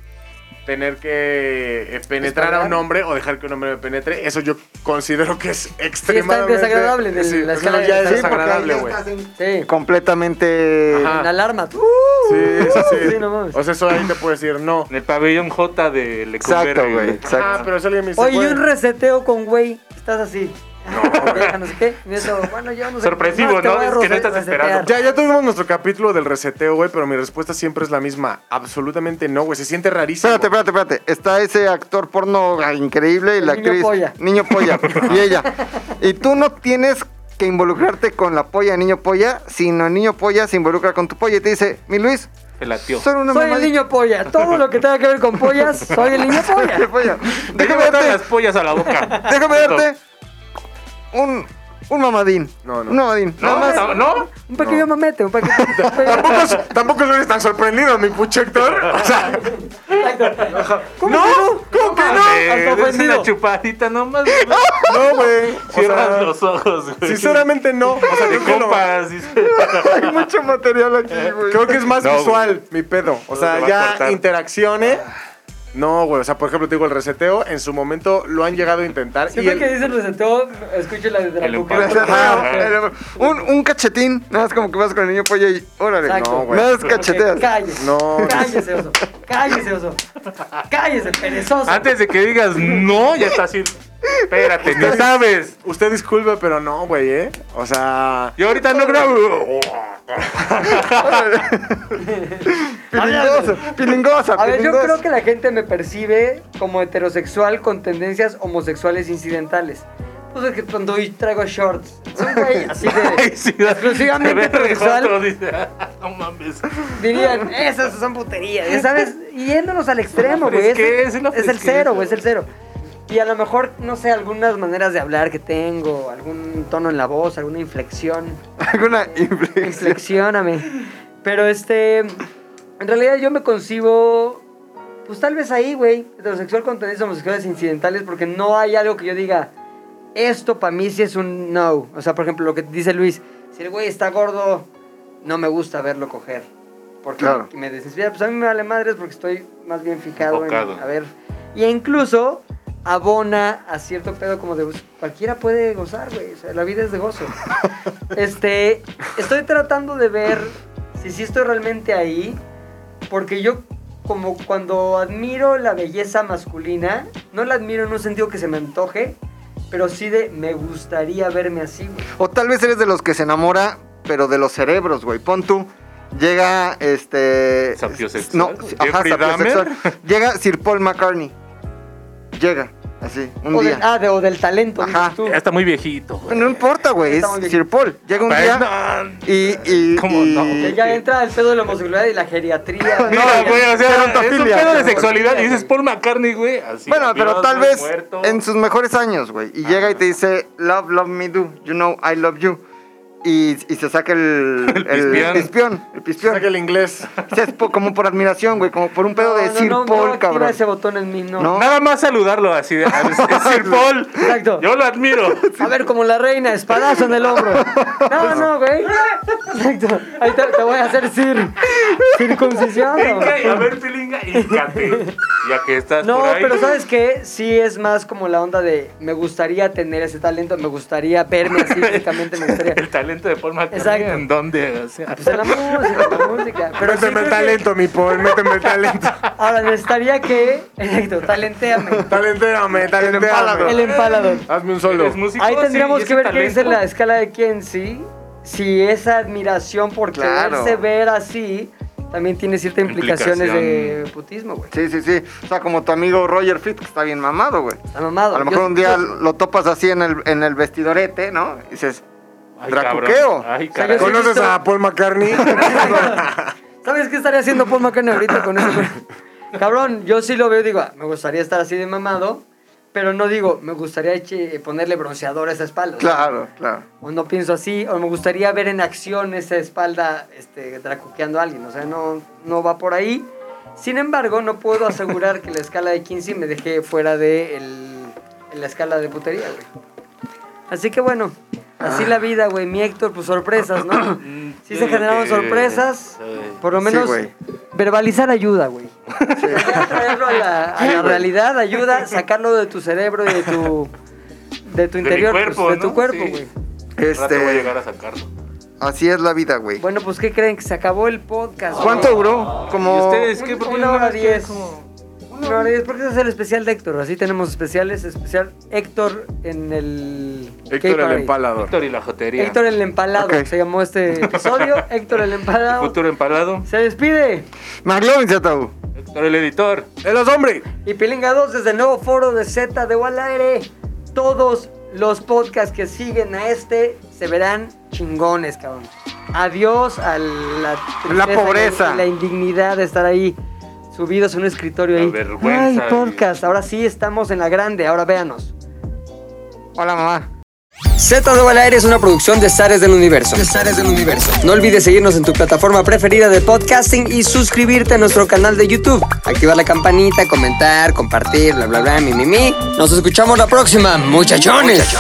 S8: tener que eh, penetrar a un
S1: Desagradable.
S8: hombre o dejar que un hombre me penetre. Eso yo considero que es
S1: Sí, está
S8: extremadamente...
S1: desagradable en el-
S8: Sí,
S1: la
S8: o sea,
S1: escala de-
S8: ya es
S1: sí, porque ahí
S8: desagradable,
S1: ya
S8: güey.
S1: estás en- Sí.
S7: Completamente...
S8: Ajá.
S1: En alarma. tú.
S8: Ah. Sí, sí, sí.
S1: Uh, Sí, no mames.
S8: O sea, eso ahí te puedo decir no.
S6: En el pabellón J de Lecumberri.
S7: Exacto, güey.
S8: Ah,
S7: Exacto.
S8: pero si alguien me dice,
S1: Oye, y
S8: güey,
S1: un reseteo con güey. Estás así. Ah, No, no sé qué. y eso, bueno, yo no sé.
S6: Sorpresivo,
S1: te
S6: ¿no?
S1: voy a
S6: Es que no
S1: rose-
S6: estás
S1: resetear.
S6: esperando.
S8: Ya, ya tuvimos nuestro capítulo del reseteo, güey, pero mi respuesta siempre es la misma. Absolutamente no, güey. Se siente rarísimo.
S7: Espérate, espérate, espérate. Está ese actor porno increíble y
S1: El
S7: la
S1: niño
S7: actriz.
S1: polla.
S7: Niño polla. y ella. Y tú no tienes que involucrarte con la polla de niño polla, sino el niño polla se involucra con tu polla y te dice, mi Luis,
S6: Se latió.
S7: soy una
S1: Soy
S7: mamá
S1: el
S7: de-
S1: niño polla. Todo lo que tenga que ver con pollas, soy el niño polla.
S7: de polla.
S6: Te
S7: Déjame
S6: llevo todas las
S7: darte,
S6: pollas a la boca.
S7: déjame darte un, un mamadín.
S8: No, no.
S7: Un mamadín.
S6: No, no, no.
S1: Un pequeño mamete, un pequeño.
S8: Tampoco, es- tampoco eres tan sorprendido, mi pucho Héctor. O sea,
S1: ¿Cómo no? Ah,
S8: ¿cómo que no?
S1: Hasta
S6: Es
S1: ofendido.
S6: Eh, una chupadita nomás. güey.
S8: No, güey.
S6: Cierras
S8: O sea,
S6: los ojos, güey. Ah,
S8: Sinceramente no. O sea,
S6: de
S8: creo que, lo-
S6: compas. dice.
S7: Hay mucho material
S6: Eh.
S7: aquí, güey.
S8: creo que es más
S6: No,
S8: visual mi pedo. O sea,
S6: te va a
S8: ya
S6: cortar.
S8: interacciones. No, güey. O sea, por ejemplo, te digo, el reseteo en su momento lo han llegado a intentar. y
S1: Siempre
S8: el-
S1: que dicen reseteo, escucho la de
S6: El
S1: Dracuca.
S6: empate.
S7: Un, un cachetín, nada más como que vas con el niño polla y órale,
S1: Exacto.
S7: no, güey. Nada más cacheteas.
S1: Cállese.
S8: No, no.
S1: Cállese, oso. Cállese, oso. Cállese, perezoso.
S6: Antes de que digas no, ya está así. Espérate, ni sabes.
S8: Usted disculpe, pero no, güey, ¿eh? O sea.
S6: Yo ahorita no grabo.
S7: Pilingosa, pilingosa,
S1: A ver, yo
S7: pilingosa.
S1: creo que la gente me percibe como heterosexual con tendencias homosexuales incidentales. Pues es que cuando hoy traigo shorts, es un güey así de. exclusivamente heterosexual.
S6: "Ah, No mames.
S1: Dirían, esas son puterías, ya sabes, yéndonos al extremo,
S6: Es
S1: güey. Es,
S6: que es una
S1: es el
S6: fresqueza.
S1: cero, güey, es el cero. Y a lo mejor, no sé, algunas maneras de hablar que tengo, algún tono en la voz, alguna inflexión.
S7: Alguna inflexión.
S1: Inflexióname. Pero este. En realidad yo me concibo. Pues tal vez ahí, güey. Heterosexual con tendencias homosexuales incidentales. Porque no hay algo que yo diga. Esto para mí sí es un no. O sea, por ejemplo, lo que dice Luis. Si el güey está gordo, no me gusta verlo coger. Porque
S7: Claro.
S1: me desinspira. Pues a mí me vale madres porque estoy más bien fijado en.
S6: Enfocado.
S1: A ver. Y incluso. abona a cierto pedo como de pues, cualquiera puede gozar, güey. O sea, la vida es de gozo. este, estoy tratando de ver si sí estoy realmente ahí, porque yo como cuando admiro la belleza masculina, no la admiro en un sentido que se me antoje, pero sí de me gustaría verme así, güey.
S7: O tal vez eres de los que se enamora, pero de los cerebros, güey. Pon tú. Llega este.
S6: Sapiosexual,
S7: No,
S6: güey.
S7: ajá,
S6: Jeffrey
S7: sapiosexual. Llega Sir Paul McCartney. Llega, así, un
S1: O
S7: día.
S1: del, ah, de- o del talento. dices tú.
S6: Ya está muy viejito, güey.
S7: No importa, güey, es
S1: Estamos bien.
S7: Sir Paul. Llega un
S6: Pues
S7: día
S6: no,
S7: y... y
S6: ¿Cómo
S7: y-
S6: no?
S1: Que ya entra el pedo de la homosexualidad y la geriatría. güey.
S6: Mira, güey, o sea, es un
S7: gerontofilia,
S6: pedo de
S7: cabrón.
S6: sexualidad y dices Paul McCartney, güey. así,
S7: Bueno,
S6: adiós,
S7: pero tal
S6: güey,
S7: vez
S6: muerto.
S7: en sus mejores años, güey. Y llega y te dice, love, love me do. You know, I love you. Y, y se saca el, el,
S6: pispión.
S7: pispión. El pispión.
S3: Saca el inglés.
S7: O sea, es po- como por admiración, güey. Como por un pedo de
S1: No,
S7: Sir
S1: no, no,
S7: Paul,
S1: activa
S7: cabrón.
S1: ese botón en mí, no.
S7: No.
S6: Nada más saludarlo así de. "Ah, Es, es Sir Paul.
S1: Exacto.
S6: Yo lo admiro.
S1: A ver, como la reina, espadazo en el hombro.
S7: Pues
S1: No, no, güey. Exacto. Ahí te, te voy a hacer cir, circuncisión.
S6: Venga, y a ver, pilinga, híncate. Ya que estás
S1: No,
S6: por ahí.
S1: pero ¿sabes qué? Sí es más como la onda de me gustaría tener ese talento, me gustaría verme así físicamente, me gustaría...
S6: El talento de Paul McCartney.
S1: Exacto.
S6: ¿En dónde? O sea,
S1: Pues en la música, en la música. Pero sí
S3: Méteme
S1: creo
S3: el
S1: que-
S3: talento, mi Paul, méteme el talento.
S1: Ahora, necesitaría que... Exacto, talenteame.
S3: Talenteame,
S1: El
S3: talenteame.
S1: empalador.
S3: Hazme un solo.
S6: ¿eres músico?
S1: Ahí tendríamos
S6: Sí,
S1: que
S6: ¿y ese
S1: ver qué dice
S6: talento?
S1: la escala de quién sí. Si esa admiración por
S7: Claro.
S1: quererse ver así también tiene ciertas implicaciones de putismo, güey.
S7: Sí, sí, sí. O sea, como tu amigo Roger Fit, que está bien mamado, güey.
S1: Está mamado.
S7: A lo mejor
S1: Yo-
S7: un día
S1: yo-
S7: lo topas así en el, en el vestidorete, ¿no? Y dices,
S6: Ay,
S7: Dracuqueo.
S6: cabrón. Ay,
S1: sea,
S6: caray.
S1: yo sí-
S3: ¿Conoces a Paul McCartney?
S1: ¿Sabes qué estaría haciendo Paul McCartney ahorita con eso? güey? Cabrón, yo sí lo veo y digo, ah, me gustaría estar así de mamado, pero no digo, me gustaría eche- ponerle bronceador a esa espalda.
S7: claro, claro.
S1: O no pienso así, o me gustaría ver en acción esa espalda este, dracuqueando a alguien. O sea, no, no va por ahí. Sin embargo, no puedo asegurar que la escala de 15 me dejé fuera de el- la escala de putería, güey. Así que bueno, así la vida, güey. Mi Héctor, pues sorpresas, ¿no? Sí se generaron sorpresas. Por lo
S7: Sí,
S1: menos
S7: güey.
S1: verbalizar ayuda, güey. Ya traerlo a la, a la realidad ayuda, sacarlo de tu cerebro y de tu, de tu
S6: mi
S1: interior, pues,
S6: cuerpo,
S1: de tu
S6: ¿no?
S1: cuerpo,
S6: Sí.
S1: güey.
S6: Este... voy a
S7: Este,
S6: llegar a sacarlo.
S7: así es la vida, güey.
S1: Bueno, pues, ¿qué creen? Que se acabó el podcast. güey.
S7: ¿Cuánto duró?
S6: ¿Y
S7: Como...
S6: ustedes qué? ¿Por qué
S1: Una
S6: no
S1: hora
S6: más quieren
S1: diez. Una hora y diez, porque ese es el especial de Héctor. Así tenemos especiales. Especial Héctor en el.
S3: Héctor el
S1: K-Parade.
S3: empalador.
S6: Héctor y la jotería.
S1: Héctor el empalado.
S7: Ok.
S1: Se llamó este episodio. Héctor el empalado.
S6: Futuro empalado.
S1: Se despide.
S7: Maglón Zataú.
S6: Héctor el editor.
S3: ¡El hombre!
S1: Y Pilinga 2 desde el nuevo foro de Z de al aire. Todos los podcasts que siguen a este se verán chingones, cabrón. Adiós a la, tristeza y
S7: pobreza.
S1: Y la indignidad de estar ahí subidos en un escritorio
S6: La
S1: ahí.
S6: vergüenza
S1: Ay,
S6: y-
S1: podcast. Ahora sí estamos en la grande. Ahora véanos.
S7: Hola, mamá.
S1: Z de al aire es una producción de Zares del Universo.
S11: Pesares del universo.
S1: No olvides seguirnos en tu plataforma preferida de podcasting y suscribirte a nuestro canal de YouTube. Activar la campanita, comentar, compartir, bla, bla, bla, mi, mi, mi. Nos escuchamos la próxima, muchachones.